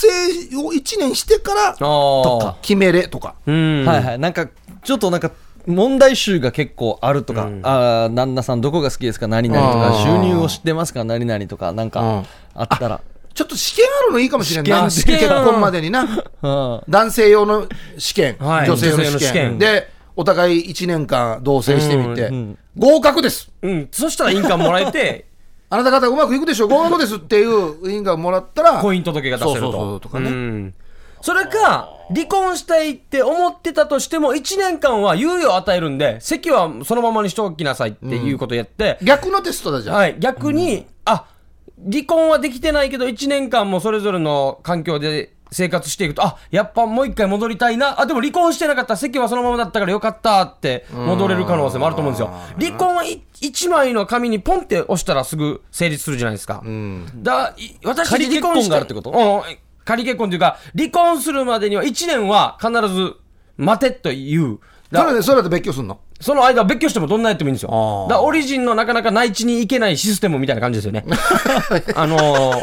を1年してから
ああ。
とか。
決めれとか、
うん。
はいはい、なんかちょっとなんか問題集が結構あるとか、あー旦那さんどこが好きですか何々とか
あー
収入を知ってますか何々とかなん
うん
かあったら、
ちょっと試験あるのいいかもしれんないな、
試
結
験
婚までに な、
うん、
男性用の試験、
はい
女性用の試験
女性の試験
で、お互い1年間同棲してみて、
うん
合格です、
うん。そしたら印鑑もらえて、
あなた方うまくいくでしょう、合格ですっていう印鑑をもらったら、
婚姻届が出せると。
そうそうそうとかね
んそれか、離婚したいって思ってたとしても、1年間は猶予を与えるんで、席はそのままにしておきなさいっていうことやって、
逆のテストだじゃん、
はい、逆に、あ離婚はできてないけど、1年間もそれぞれの環境で生活していくと、あやっぱもう一回戻りたいな、あでも離婚してなかった、席はそのままだったからよかったって、戻れる可能性もあると思うんですよ。離婚は1枚の紙にポンって押したらすぐ成立するじゃないですか。だい私
仮結婚
離した
があるってこと
うん、仮結婚というか、離婚するまでには1年は必ず待てという。だ
それでそれだと別居すんの、
その間、別居してもどんなやってもいいんですよ。
あー
だからオリジンのなかなか内地に行けないシステムみたいな感じですよね。あの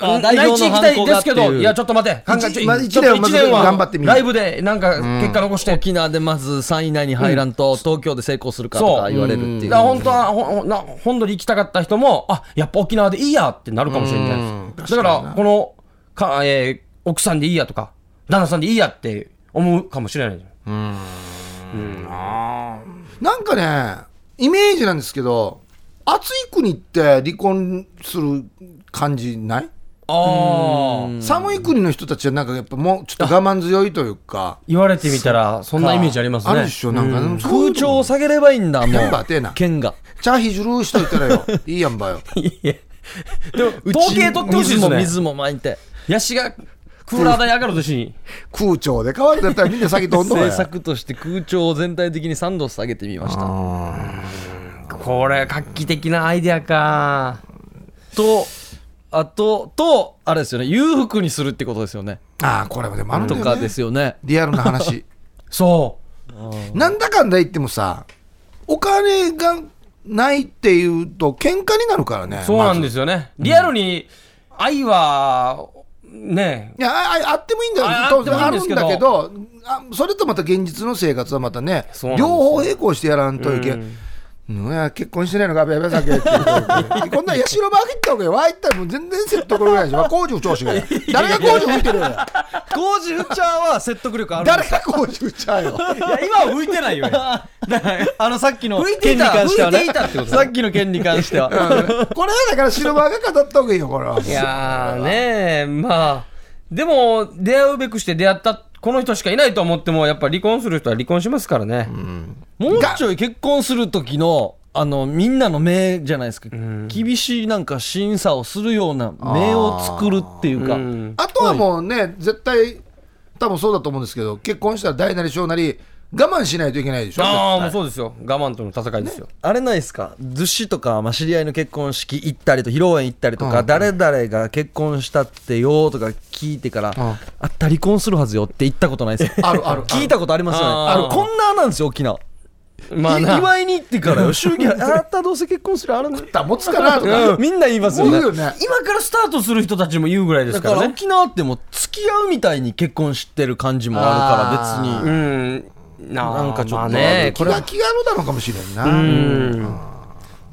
あ
ー、
代
内
表
地
の
行きたいで
反
すけ
抗がって
ど、
いう
いや、ちょっと待て、考えちょ
一まあ
ちょっと
一年は
一年は
頑張ってみる
ライブでなんか結果残して。
沖縄でまず3位以内に入らんと、東京で成功するかとか言われるっていう
だから本当は、ほほな本土に行きたかった人も、あやっぱ沖縄でいいやってなるかもしれないですだから、このか、えー奥さんでいいやとか、旦那さんでいいやって思うかもしれない。
なんかね、イメージなんですけど、暑い国って離婚する感じない、
ああ。
寒い国の人たちはなんかやっぱもうちょっと我慢強いというか、
言われてみたら、そんなイメージありますね。
あるでしょ、なんか、
空調を下げればいいんだも
やっぱてえ
う
な
県が
チャーヒジュルーしといたらよ、いいやんばよ。
でも統計取ってほしいです
水も
ね。
水も巻いて
ヤシがクーラー代上がる年に。
空調で変わるんだったらみんな先どんどん
政
や。
策として空調を全体的に3度下げてみました
これ、画期的なアイデアか。
とあととあれですよね裕福にするってことですよね
ああ、これもでもあるんだ
と
よ、ね。
かですよね
リアルな話。
そ
なんだかんだ言ってもさ、お金がないっていうと喧嘩になるからね、
そうなんですすよね。リアルに愛は、ね
まずいやあああってもいいんだよ
あ
当然
あ
あ
って
る
もいいん
ん
です
だ
け
け
ど
どあそれとまた現実の生活はまたね
そうなんですよ
両方並行してやらんといけ、
うん
うんいや結婚してないのか、やべやべさっき言ってるこんなん、ヤシロバーったわけよ、わいったらもう全然説得力ないでしょ、工事調子がよ。誰が工事吹いてるよ、
工事フッチャーは説得 力ある
誰が工事吹っちゃうよ。
いや、今は浮いてないよ。
あのさっきの
浮いてい
件に
た
関してはね
浮いていたってことだ
さっきの件に関しては
これはだから、シルバーが語ったわけよ、これは。
いやーねえ、まあ、でも、出会うべくして出会ったこの人しかいないと思っても、やっぱ離婚する人は離婚しますからね。
もうちょい結婚する時のあのみんなの目じゃないですか、厳しいなんか審査をするような目を作るっていうか、
うん
あとはもうね、絶対、多分そうだと思うんですけど、結婚したら大なり小なり、我慢しないといけないでしょ。
ああ、もうそうですよ。我慢との戦いですよ。
あれないですか逗子とか、まあ、知り合いの結婚式行ったりと披露宴行ったりとか、誰々が結婚したってよとか聞いてから、あった離婚するはずよって言ったことないですか
あるあるある
聞いたことありますよね
あ
あ
ー
のこんななんですよ沖縄、
まあ
い
な
祝いに行ってからよ祝儀あったどうせ結婚するあるんだ
だから持つかなとか、
みんな言いますよね
言うよね。
今からスタートする人たちも言うぐらいで
だ
すか
からら
ね。
沖縄ってもう付き合うみたいに結婚してる感じもあるから別
う
に
ん。な
なんん
か
か
ち
ち
ょ
ょ
っ
っ
と
と
ね、
気
これ
が
は。
気がのだのかもしれんな。
うん。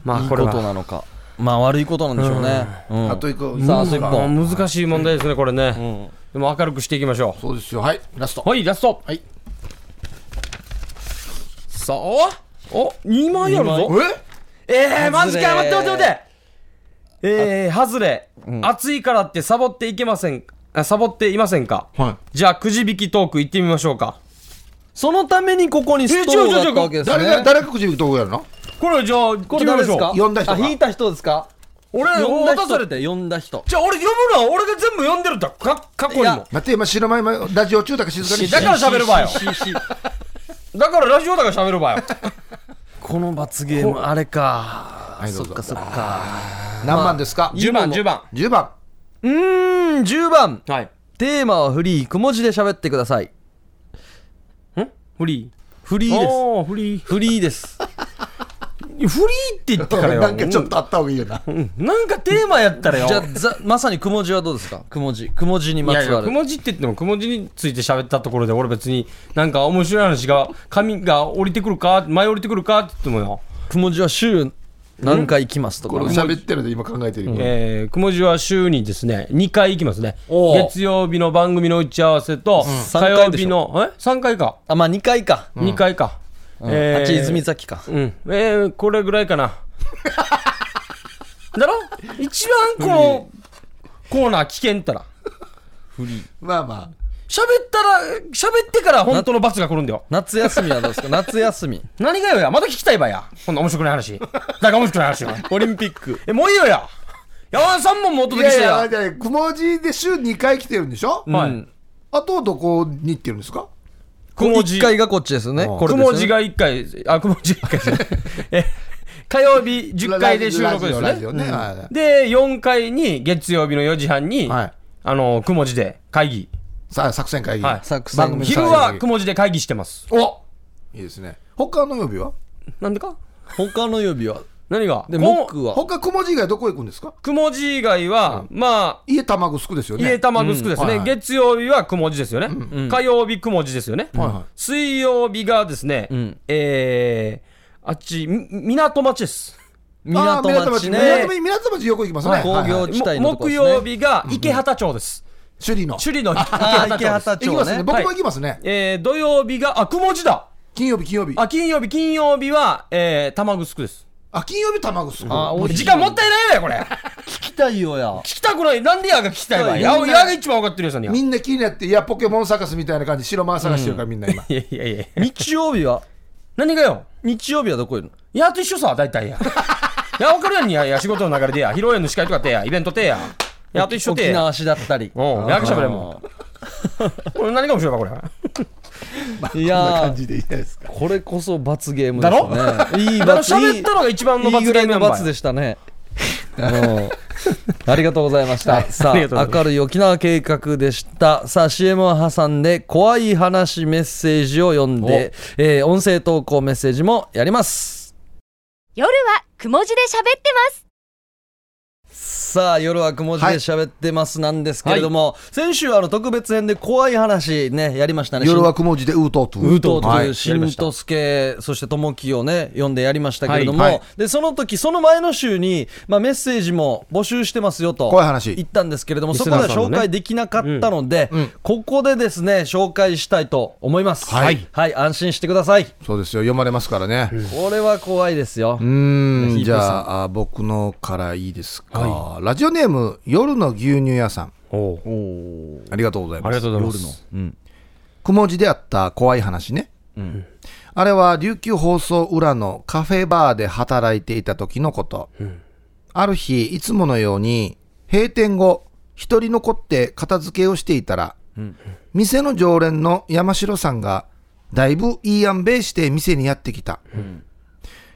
まあ
いい
こ
こ
れ
と
は。
なのかまあ悪いことなんでしょうね、うん
あと一個、
さああと一
あ
個
難しい問題ですね、これね。でも明るくしていきましょ
そうですよ、はい、ラスト
う。。はい、ラスト。
はい。
さあ、お、2枚あるぞ。
え
えー、マジか、
外
待
れ
って待って待って。えー、ハズレ、暑いからってサボっていけません、あサボっていませんか。
はい
じゃあ、くじ引きトーク行ってみましょうか。
そのためにここにストローがあったわけですね
誰が誰がくじ引くとこやるの
これ、じゃあ、
これ誰です
決めましょ
か
う
呼んだ人が
あ引いた人ですか
俺、
呼んだ
渡され
人
て
っ。て呼んだ人
じゃあ俺読むのは俺が全部読んでるんだか過去に
い
も
や
待って今白前前ラジオ中だから静かにして
だから喋る 場合よ
ししし
だからラジオだから喋るわよ
この罰ゲームあれか
い
そ
ど
うっ
ぞ
かそっか
何番ですか
10番10番
10番
うーん10番
はい
テーマはフリーくも字で喋ってください
フリ
フリ
ー
ーです
おーフリー
フリーです
フリーって言ってからよ
なんかちょっとあった方がいいよな
うんなんかテーマやったらよ
じゃあざまさにくも字はどうですかくも字くも字に
い
ま
やい
つわ
や、
る
くもじって言っても、くもじについて喋ったところで、俺別に、なんか面白い話が、髪が降りてくるか、前降りてくるかって言ってもよ。
くも字は週何回行きますとか
これ喋ってるで今考えてるよ
えー、くもじは週にですね、2回行きますね。
おー
月曜日の番組の打ち合わせと、
三
火
回
曜日の、え ?3 回か。
あまあ2回か、
2回か。えー
あっち泉崎か
うん、えー、これぐらいかな。 だろ一番こう、コーナー危険ったら。
まあま
喋ったら、喋ってから本当の罰が来るんだよ。
夏休みはどうですか夏休み
何がよや、また聞きたいばや。こんな面白くない話。だから面白くない話よ。
オリンピック
え、もういいよや。山田さんももうお
あい
届け
や
し
い
て
や
や
い。やくもじで週2回来てるんでしょ
はい
うん
あとどこに行ってるんですか
くもじ
1回がこっちですよねこれですよ
く
ね
もじが1回、あ、くもじ1回じゃない え、火曜日10回で収録です
ラジオ
ね。
ラジオねはいはい
で、4回に、月曜日の4時半に、
はい
あの、くもじで会議。
さあ作戦会議
はい
作戦
番組の
昼
作戦
は
会
く
議
もじで会議してます。
おいいですね他の曜日は
なんでか
他の曜日は
何が
で
こう
木は
他くもじ以外どこ行くんですか
くもじ以外は、まあ、
家卵すくですよね
家玉城です
うんはい
ね。
はい
月曜日はくもじですよね。
ん
火曜日くもじですよね
はいはい。
水曜日がですね
ん、
えー、あっち、み港町です。
あー
港町ね
港町港町よく行きますね
はい
はいはい
工業地帯の
も
とこ
木
ですね
曜日が池畑町です。
首里の
首里の池
あー
畑
池
町です。
畑
行き
町
ますね
ね
僕も行きますね
えー、土曜日が、あ、くもじだ
金曜日金曜日
あ、金曜日、金曜日は、えー、玉城です。
あ金曜日卵すく
あおい
時間もったいないわよ、これ。
聞きたいよや
聞きたくない。なんでやが聞きたいわ。
はい
や、
みんな
やが一番分かってるよ、さには。
み
い
んな気になって、いや、ポケモン探すみたいな感じ、白マー探してるから、みんな今。
やいやいや。
日曜日は
何がよ
日曜日はどこいるの
いやと一緒さ、大体 や。いや、わかるやんにや、いや、仕事の流れでや、披露宴の司会とかってや、イベントてや。いやと一緒て
沖縄
や。
市だったり
うん、やけしゃべれんもん。これ何が面白いか、これ。
いやー
でいいですか。
これこそ罰ゲームですねいい
だから
罰
喋ったのが一番の
いい
罰
ぐ
ゲ
ら
ー
い
ムや
の
んばい
罰でしたね。 うんありがとうございました。さ
ありがとうござい
あ、
ます
明るい沖縄計画でした。さあ、CM を挟んで、怖い話メッセージを読んで、えー音声投稿メッセージもやります。
夜はくも字で喋ってます。
さあ、夜はくも字で喋ってますなんですけれども、先週、あの、特別編で怖い話ね、やりましたね。
夜は雲字でウートート
ウートと
はいいう
しんとすけ、そしてともきをね、読んでやりましたけれども、
はいはい
で、その時、その前の週に、まあ、メッセージも募集してますよと
怖い話
言ったんですけれども、
リ
そ
ス
こ
ナ
では
ーさん
紹
のね
介できなかったので、
うんうん
ここでですね、紹介したいと思います。
はい
はい、安心してください。
そうですよ読まれますからね
これは怖いですよ
う。ー
ヒープ
ん
ー
じゃああ僕のからいいですか、ラジオネーム夜の牛乳屋さん
おう
ありがとうござい
あ
ま
り
す
がとうございます。
うん。
くも字であった怖い話ね、
ん
あれは琉球放送裏のカフェバーで働いていた時のこと、ある日いつものように閉店後一人残って片付けをしていたら、店の常連の山城さんがだいぶいいやんべして店にやってきた、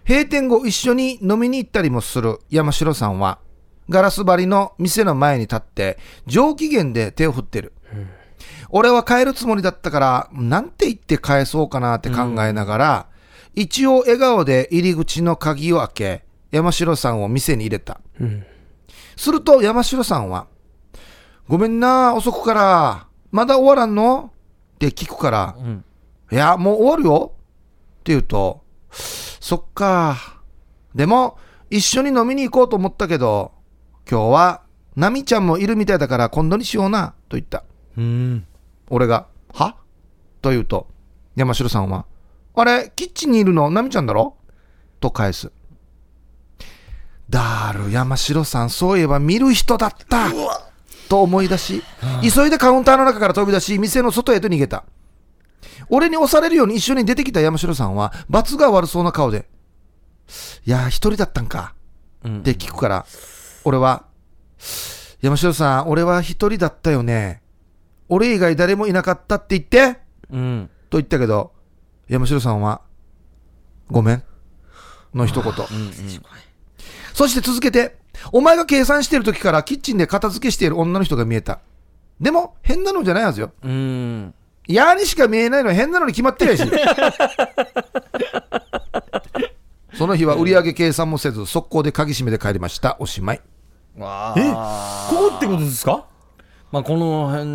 閉店後一緒に飲みに行ったりもする山城さんはガラス張りの店の前に立って上機嫌で手を振ってる、俺は帰るつもりだったから、なんて言って返そうかなって考えながら、一応笑顔で入り口の鍵を開け、山城さんを店に入れた。すると山城さんは、ごめんな、遅くから、まだ終わらんのって聞くから、
ん
いや、もう終わるよって言うと、そっか。でも、一緒に飲みに行こうと思ったけど、今日は、ナミちゃんもいるみたいだから今度にしような、と言った。
うん。
俺が、はと言うと、山城さんは、あれ、キッチンにいるの、ナミちゃんだろと返す。だーる、山城さん、そういえば見る人だったと思い出し、急いでカウンターの中から飛び出し、店の外へと逃げた。俺に押されるように一緒に出てきた山城さんは、罰が悪そうな顔で、いやー、一人だったんか。
うん
って聞くから、俺は、山城さん、俺は一人だったよね。俺以外誰もいなかったって言って
うん。
と言ったけど、山城さんは、ごめん。の一言。そして続けて、お前が計算してる時からキッチンで片付けしている女の人が見えた。でも、変なのじゃないはずよ。
うん。
嫌にしか見えないのは変なのに決まってるやし。その日は売上計算もせず、速攻で鍵閉めて帰りました。おしまい。
わ
え
あ。
ここってことですか
まあ、この辺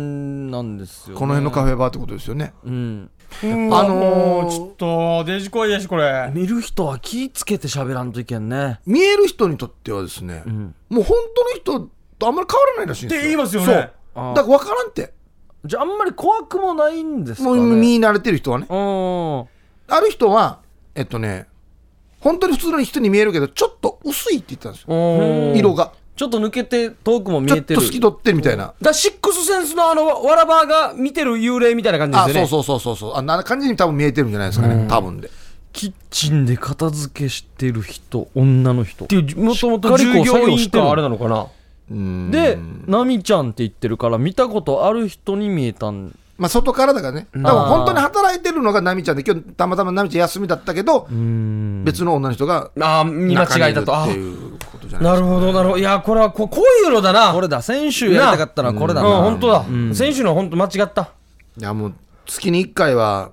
なんですよ、ね。
この辺のカフェバーってことですよね。
うん。
あ
のー
ちょっと、デジ怖いやし、これ。
見る人は気ぃつけて喋らんといけんね。
見える人にとってはですね、
ん
もう本当の人とあんまり変わらないらしいんですよ。
って言いますよね
そう
あー
だから分からんって。
じゃあ、あんまり怖くもないんですか
も
ね。
う見慣れてる人はね。
うん。
ある人は、えっとね、本当に普通の人に見えるけど、ちょっと薄いって言ってたんですよ。色が。
ちょっと抜けて遠くも見
ちょ
え
ってと
る。
透き通ってるみたいな。
だシックスセンスのあの、わらばが見てる幽霊みたいな感じ
あ、
ですよ
そう
ね。
そうそうそうそう。あんな感じに多分見えてるんじゃないですかね。多分で。
キッチンで片付けしてる人、女の人。
っていう、もともと
しっかりこ
従
う作
業
業
員
してる
かあれなのかな。
うん
で、ナミちゃんって言ってるから、見たことある人に見えたん。
まあ外からだからね。多分本当に働いてるのがナミちゃんで、今日たまたまナミちゃん休みだったけど、
うん。
別の女の人が
ああ、見間違えたと。あ
中にい
ー
るっていうことじゃない
なるほど、なるほど。いや、これはこ、こういうのだな。
これだ、先週やりたかったのはこれ
う
だ
ん、
な。
本当だ。
ん
先週の本当間違った。
いやもう月に1回は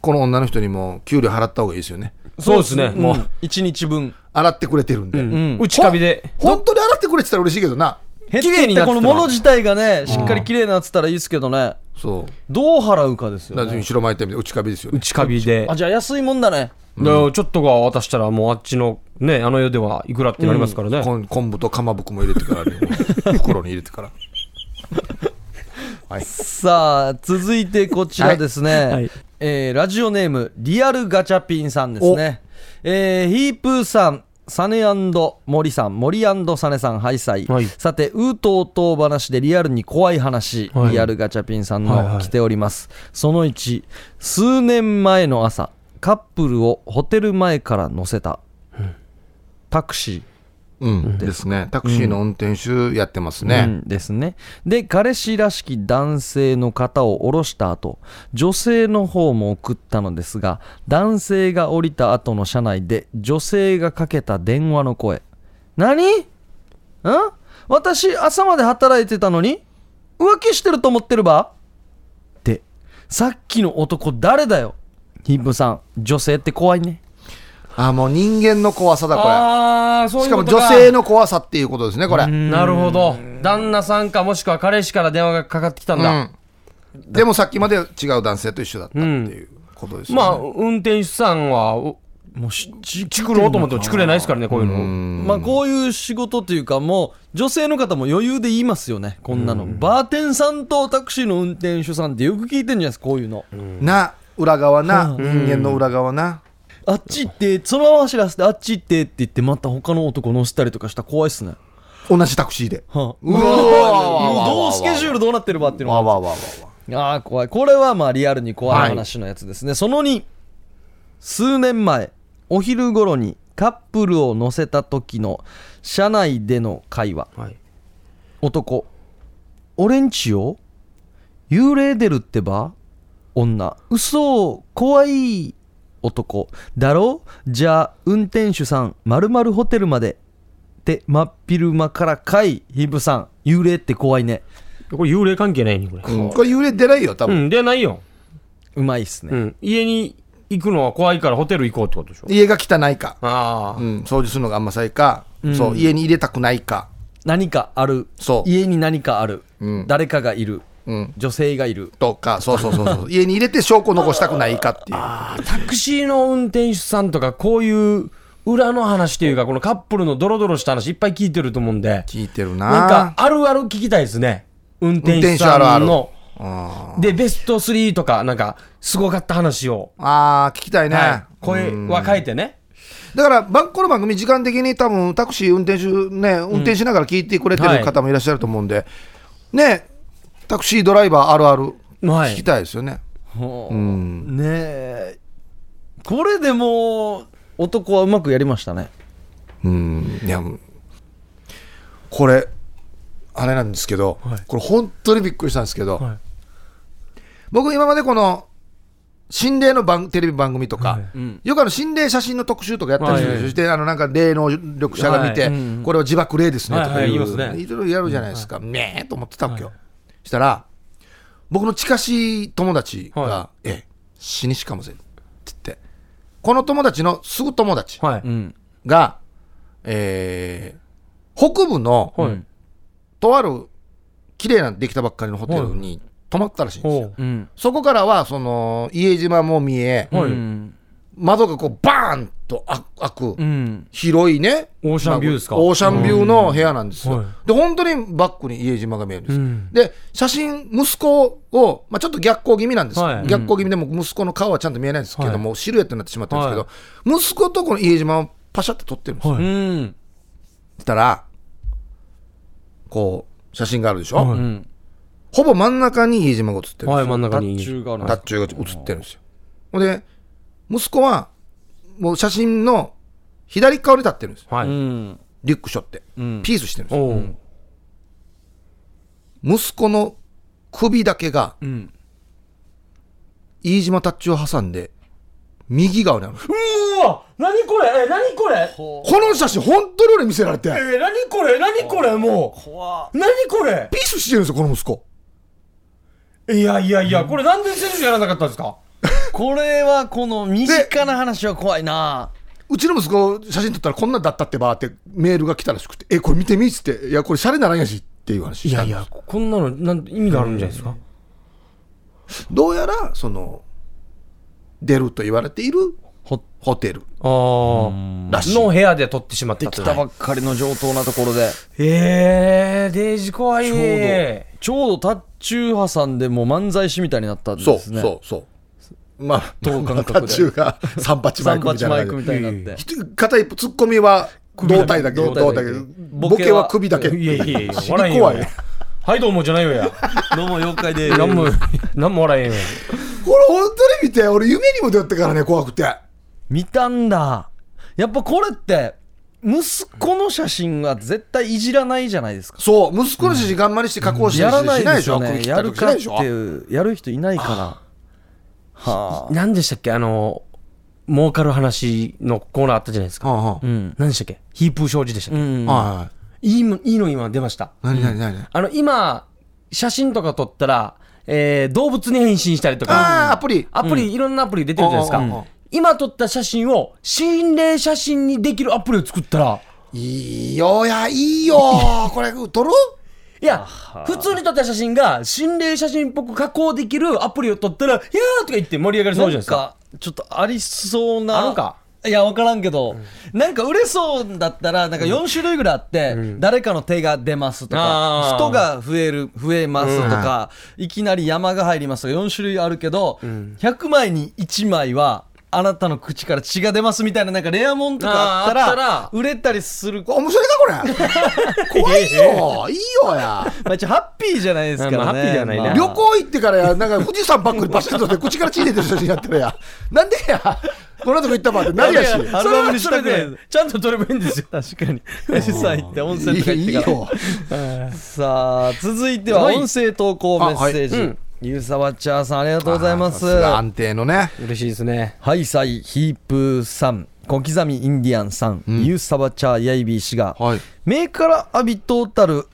この女の人にも給料払った方がいいですよね
そうですね。
も
もう
う、一日分。
洗ってくれてるんで、
ん
内カビで。
本当に洗ってくれてたら嬉しいけどな
減って
綺麗
っ
に
て
なって
こ
た
の
ら
物自体がね、しっかり綺麗になってたらいいですけどね。
そ
どう払うかです
う
よ
だから
ね。
後ろ巻いてみて内壁ですよね
内カビで。
あ、じゃあ安いもんだね。
だからちょっとが渡したら、もうあっちの、ね、あの世ではいくらってなりますからね。
こん昆布とかまぶくも入れてからね 袋に入れてから
さあ、続いてこちらですね。
はい
えーラジオネーム、リアルガチャピンさんですね。えーヒープーさん、サネ森さん、森サネさん、ハイサイ。
はい
さて、ウートートー話でリアルに怖い話、
はい
リアルガチャピンさん
はいは
の
い
来ております。その1、数年前の朝、カップルをホテル前から乗せた。タクシー。
うんですねタクシーの運転手やってますね、
うんですねで彼氏らしき男性の方を降ろした後女性の方も送ったのですが男性が降りた後の車内で女性がかけた電話の声何ん私朝まで働いてたのに浮気してると思ってるばってさっきの男誰だよヒンプさん女性って怖いね
あもう人間の怖さだこれ
ああ、そうい
し
う
か
こ
も
とか。
女性の怖さっていうことですねこれうん
なるほど。旦那さんかもしくは彼氏から電話がかかってきたんだ。
でもさっきまで違う男性と一緒だったっていうことですよね
まあ、運転手さんは、お
もうしち
チクろうと思ってもチクれないですからね、こういうの。
まあこういう仕事というかもう女性の方も余裕で言いますよねこんなの、バーテンさんとタクシーの運転手さんってよく聞いてんじゃないですかこういうの、
な裏側な人間の裏側な
あっち行ってそのまま走らせてあっち行ってって言ってまた他の男乗せたりとかしたら怖いっすね、
同じタクシーで
はあ
うわ
もうどうスケジュールどうなってるばっていうのが
わわわわわ
ああ怖いこれはまあリアルに怖い話のやつですね、その2数年前お昼頃にカップルを乗せた時の車内での会話
はい。
男俺んちよ幽霊出るってば女嘘怖い男だろじゃあ運転手さんまるまるホテルまでって真っ昼間からかいヒブさん幽霊って怖いね
これ幽霊関係ないね、これ。
うんこれ幽霊出ないよ多
う
分
ん、出ないよ。
うまいっすね、
うん。家に行くのは怖いからホテル行こうってことでしょ。
家が汚いか
あ
う
あ。
ん掃除するのが甘さいか
ん
そう家に入れたくないか
何かある
そう
家に何かある、
うん
誰かがいる
うん
女性がいる
とかそうそうそう そう家に入れて証拠残したくないかっていう
タクシーの運転手さんとか、こういう裏の話というか、このカップルのドロドロした話いっぱい聞いてると思うんで、
聞いてるな
なんかあるある聞きたいですね。運転手さ
運
ん
転手ある
の。
あ
で、ベスト3とか、なんか、すごかった話を。
あー聞きたいね、
はい、声は変えてね。
だからばこの番組時間的に多分タクシー運転手ね運転しながら聞いてくれて
はい
る方もいらっしゃると思うんで、ねタクシードライバーあるある
はい
聞きたいですよね、
ほう
うん
ねえこれでもう男はうまくやりましたね
うんいやもうこれあれなんですけど、これ本当にびっくりしたんですけど、
はい
僕今までこの心霊の番テレビ番組とか、
はい
うん
よくあの心霊写真の特集とかやったりするでしょ
はい
してあのなんか霊能力者が見て、
はい
うん
これは自爆霊ですねとか
はいはい
い、
言いうますね
いろいろやるじゃないですか、ねえと思ってたわけよ、したら僕の近しい友達が「
は
ええ死にしかもぜ」って言ってこの友達のすぐ友達
はい。
うん
が、えー北部の
はい。
うん
とある綺麗なできたばっかりのホテルに泊まったらしいんですよ、
ほう
うん
そこからはその家島も見え、
はい
うん
窓がこうバーンとあ開く、
うん
広いね
オーシャンビューですか
まあオーシャンビューの部屋なんですよ、
はい
で本当にバックに家島が見えるんですよ、
うん
で写真息子を、まあ、ちょっと逆光気味なんです、
はい
逆光気味でも息子の顔はちゃんと見えないんですけども、シルエットになってしまってるんですけど、
は
息子とこの家島をパシャって撮ってるんですよ、
はい
うん
したらこう写真があるでしょ、
は
うん
ほぼ真ん中に家島が写ってるんですよ、
はい、真ん中
タッチ
に。
ューがあるん
タ
で
ッチューが映ってるんですよ。ほんで、息子は、もう写真の左側に立ってるんですよ。
は
すう
い。
ん
リュック背負って。
うん
ピースしてるんですよ。
おう
息子の首だけが、
うん
飯島タッチューを挟んで、右側にあるんですよ
うわ何これえ、何これ
この写真、本当に俺見せられて、
えー、何これ何これも
怖
う。何これ
ピースしてるんですよ、この息子。
いやいやいや、これなんで選手やらなかったんですか
これはこの身近な話は怖いな
うちの息子、写真撮ったらこんなんだったってばーってメールが来たらしくて、え、これ見てみっつって、いや、これシャレならんやしっていう話
い
した
や
ん
い
です
や、こんなの、なん意味があるんじゃないですか
どうやら、その、出ると言われている
ほ
ホテル
ああ。
らしい。
の部屋で撮ってしまった
で
と
き
いう
たばっかりの上等なところで
えー、デイジ怖い。
ちょうどちょうどタッチュー挟んでもう漫才師みたいになったん
そう
ですね
そうそう。まあ、
等間隔で
タッチュ ーが三八マ
三
イクみ
八
たい
マ
な感
イ
じ
ク
で
みたいになって
ひと片一歩ツッコミは胴体だけ
胴
胴
体だけ
体だけ
ボケは
ボケは首だけ
いやいやいや、
死
笑えん
に
よ
怖い。
はい、どうもじゃないよや。
どうも妖怪で
なんも、 なんも笑えんよ。
これ本当に見て俺夢にも出会ってからね怖くて
見たんだやっぱこれって息子の写真は絶対いじらないじゃないですか
そう息子の写真頑張りして加工して
やら
るし
ない
しな
で
いですしょ
よねやるかっていうやる人いないからはあ
何でしたっけあの、儲かる話のコーナーあったじゃないですか。
は
う
あ
ん
何でしたっけヒープー障子でしたっけ、
うん
はあはい
いもいいの今出ました。
何何何何
あの、今、写真とか撮ったら、えー動物に変身したりと
ああ
か、
アプリ
アプリ、いろんなアプリ出てるじゃないですか。
うんうんうん
今撮った写真を心霊写真にできるアプリを作ったら、
いいよ、いや、いいよ。 これ、撮る
いや、普通に撮った写真が心霊写真っぽく加工できるアプリを撮ったら、いやーとか言って盛り上がりそうじゃ
なん
ないですか。
かちょっとありそうな
あるか
いや分からんけど、なんか売れそうだったらなんか4種類ぐらいあって、誰かの手が出ますと
あ
か
ー
人が増える増えますとか、いきなり山が入りますとか4種類あるけど、100枚に1枚はあなたの口から血が出ますみたいななんかレアもんとかあったら
あーあったら
売れたりする
これ面白いか、こ れ。怖いよ。いいよや。
まあ、一応ハッピーじゃないですからね、
まあハッピーじゃないね
まあ
旅行行ってからや、なんか富士山ばっかりバシ ッとで口から血出てる写真やったらや。なんでや。このとこ行ったばって何やし。
いやいやアルバムにしたくない
で、ちゃんと撮ればいいんですよ。
確 かに富士山行って温泉とか
い
行っ
い
て
い
か
よ
ら。さあ続いては
はい
音声投稿メッセージ、
あはい
うん
ゆうさわちゃーさんありがとうございます
あさが安定のね。
嬉しいですね。
ハイサイヒープーさん小刻みインディアンさん、ゆうさわちゃーやいびー氏が、
はい。
目から浴びとうたる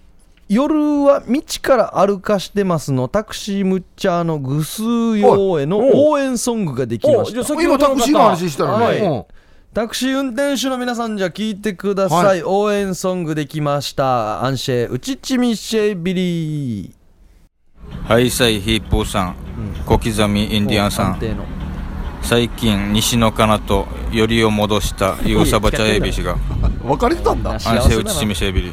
夜は道から歩かしてますのタクシーむっちゃーのぐすーようへの応援ソングができました
さ
今タクシーの話したら
はい
ね。うん
タクシー運転手の皆さんじゃ聞いてください、
は
応援ソングできましたアンシェウチチミシェビリー
ハイサイヒープーさん、小刻みインディアンさ
安
ん、
定の
最近西のかなとよりを戻したユーサバチャエビ氏が
別れてたんだ。
安静打ちしみしエビリ。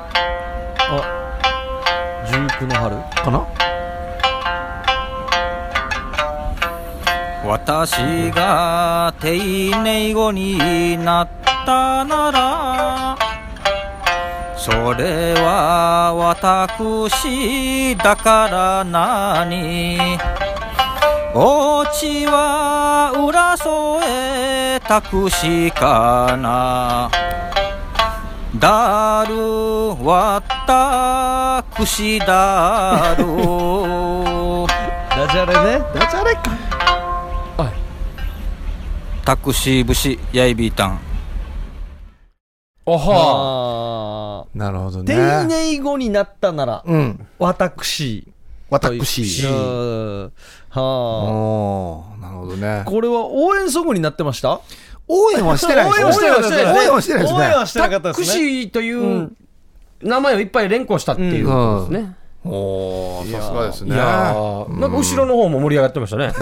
あ19の春
かな
私が丁寧語になったならそれは私だから何お家は裏添えタクシーかなだるわたくしだる
ダジャレね
ダジャレか。
タクシー節やいびーたん
おは
はあ
なるほど
丁
ね。
寧語になったなら
うん。
私という
私。
う
お
んはあ
おーなるほどね。
これは応援ソングになってました
応援はしてないですね。
応援はしてない
応援はしてないです
応援
ね
はしてなか
タ
ったで
ク
すね
シーといううん名前をいっぱい連呼したっていうことですね。
おーさすがです
い
ね。
やーなんか後ろの方も盛り上がってましたね。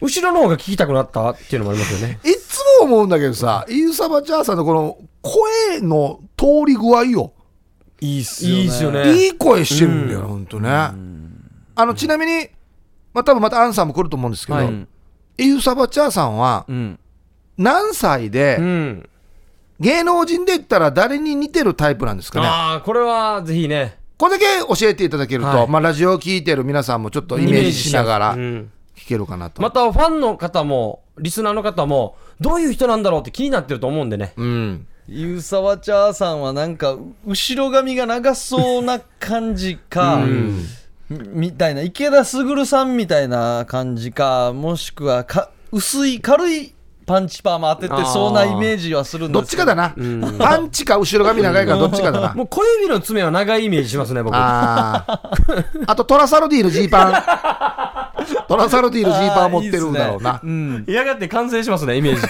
後ろの方が聞きたくなったっていうのもありますよね。
いつも思うんだけどさ、イーサバチャーさんのこの声の通り具合よ。
いいっす
いいですよね。
いい声してるんだよ、ほんとね。あの、ちなみに、まあ、多分またアンさんも来ると思うんですけど、
はい
イーサバチャーさんは
うん
何歳で、
うん。
芸能人で言ったら誰に似てるタイプなんですかね。
ああ、これはぜひね。
これだけ教えていただけると、
はい
まあ、ラジオを聞いてる皆さんもちょっとイメージしながら
うん
聞けるかなと。
またファンの方も、リスナーの方も、どういう人なんだろうって気になってると思うんでね。
うん。
ゆうさわちゃーさんはなんか後ろ髪が長そうな感じか、みみたいな池田卓さんみたいな感じかもしくはか薄い軽いパンチパーマ当ててそうなイメージはするん
ど
で
っ
す
ち
け
か
ど
だな。パンチか後ろ髪長いかどっちかだな。
もう小指の爪は長いイメージしますね、僕。
ああ。あとトラサロディールジーパン。トラサロディールジーパン持ってるんだろう
あ
な。
ーいいっすねうん
嫌がって完成しますね、イメージ。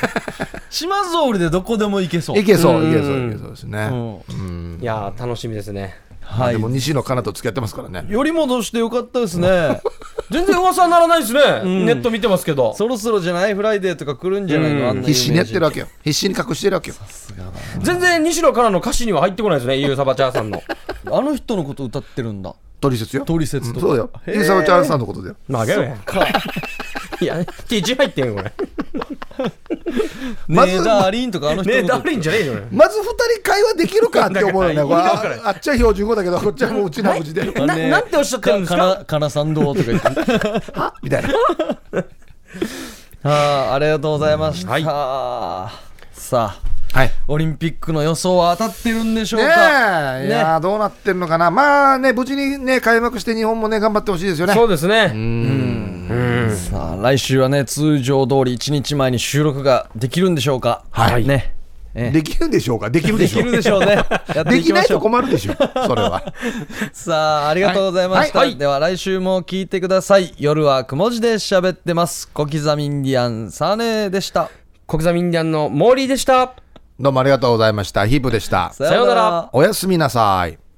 島ぞうりでどこでも行けそう
いけそう、
うん
いけそう、いけそうです
う
ね。
ん
いやー、楽しみですね。
は
で
い
も西野カナと付き合ってますからね。
より戻してよかったですね
全然噂にならないですね。ネット見てますけど。
そろそろじゃないフライデーとか来るんじゃないの、あんな有名人
必死にやってるわけよ。必死に隠してるわけよ。
全然西野からの歌詞には入ってこないですね、ゆうさばちゃーさ んの。
あの人のこと歌ってるんだ
トリセツよ。
トリセツとか
そうよ。
へー
ゆうさばちゃんさんのことだよ。
まあ、げね。いや、T1 入ってんよ、 これ。
ね
まず
えダーリンとかあの人
ねえ、
の
ダ
こと
ーリンじゃねえよ、ね。
まず二人会話できるかって思うよね。
だ
これ
から意味わからん
ああっちは標準語だけど、こっちはもううちなうちで。
あね
ななんておっしゃってるんですか
かかなさんどうとか言って
みたいな。
ああありがとうございました、
はい
さあ
はい。
オリンピックの予想は当たってるんでしょう
ね
か
え、いやーどうなってるのかな。まあね、無事にね、開幕して日本もね、頑張ってほしいですよね。
そうですね。
さあ来週はね通常通り1日前に収録ができるんでしょうか
はい
ねええ
できるんでしょうかできるで
で
し
き
ょう
るでしょうね。 やって
で
い
き
き
な
ま
い
しょ
と
う。
困るで しょそれは
さあ、ありがとうございました。
はいはい
では来週も聞いてください。夜はくも字で喋ってます。小刻みインディアン、サーネーでした。
小刻みインディアンのモーリーでした。
どうもありがとうございましたヒープでした
さよう
さよう
な
な
ら
ら。
おやすみなさい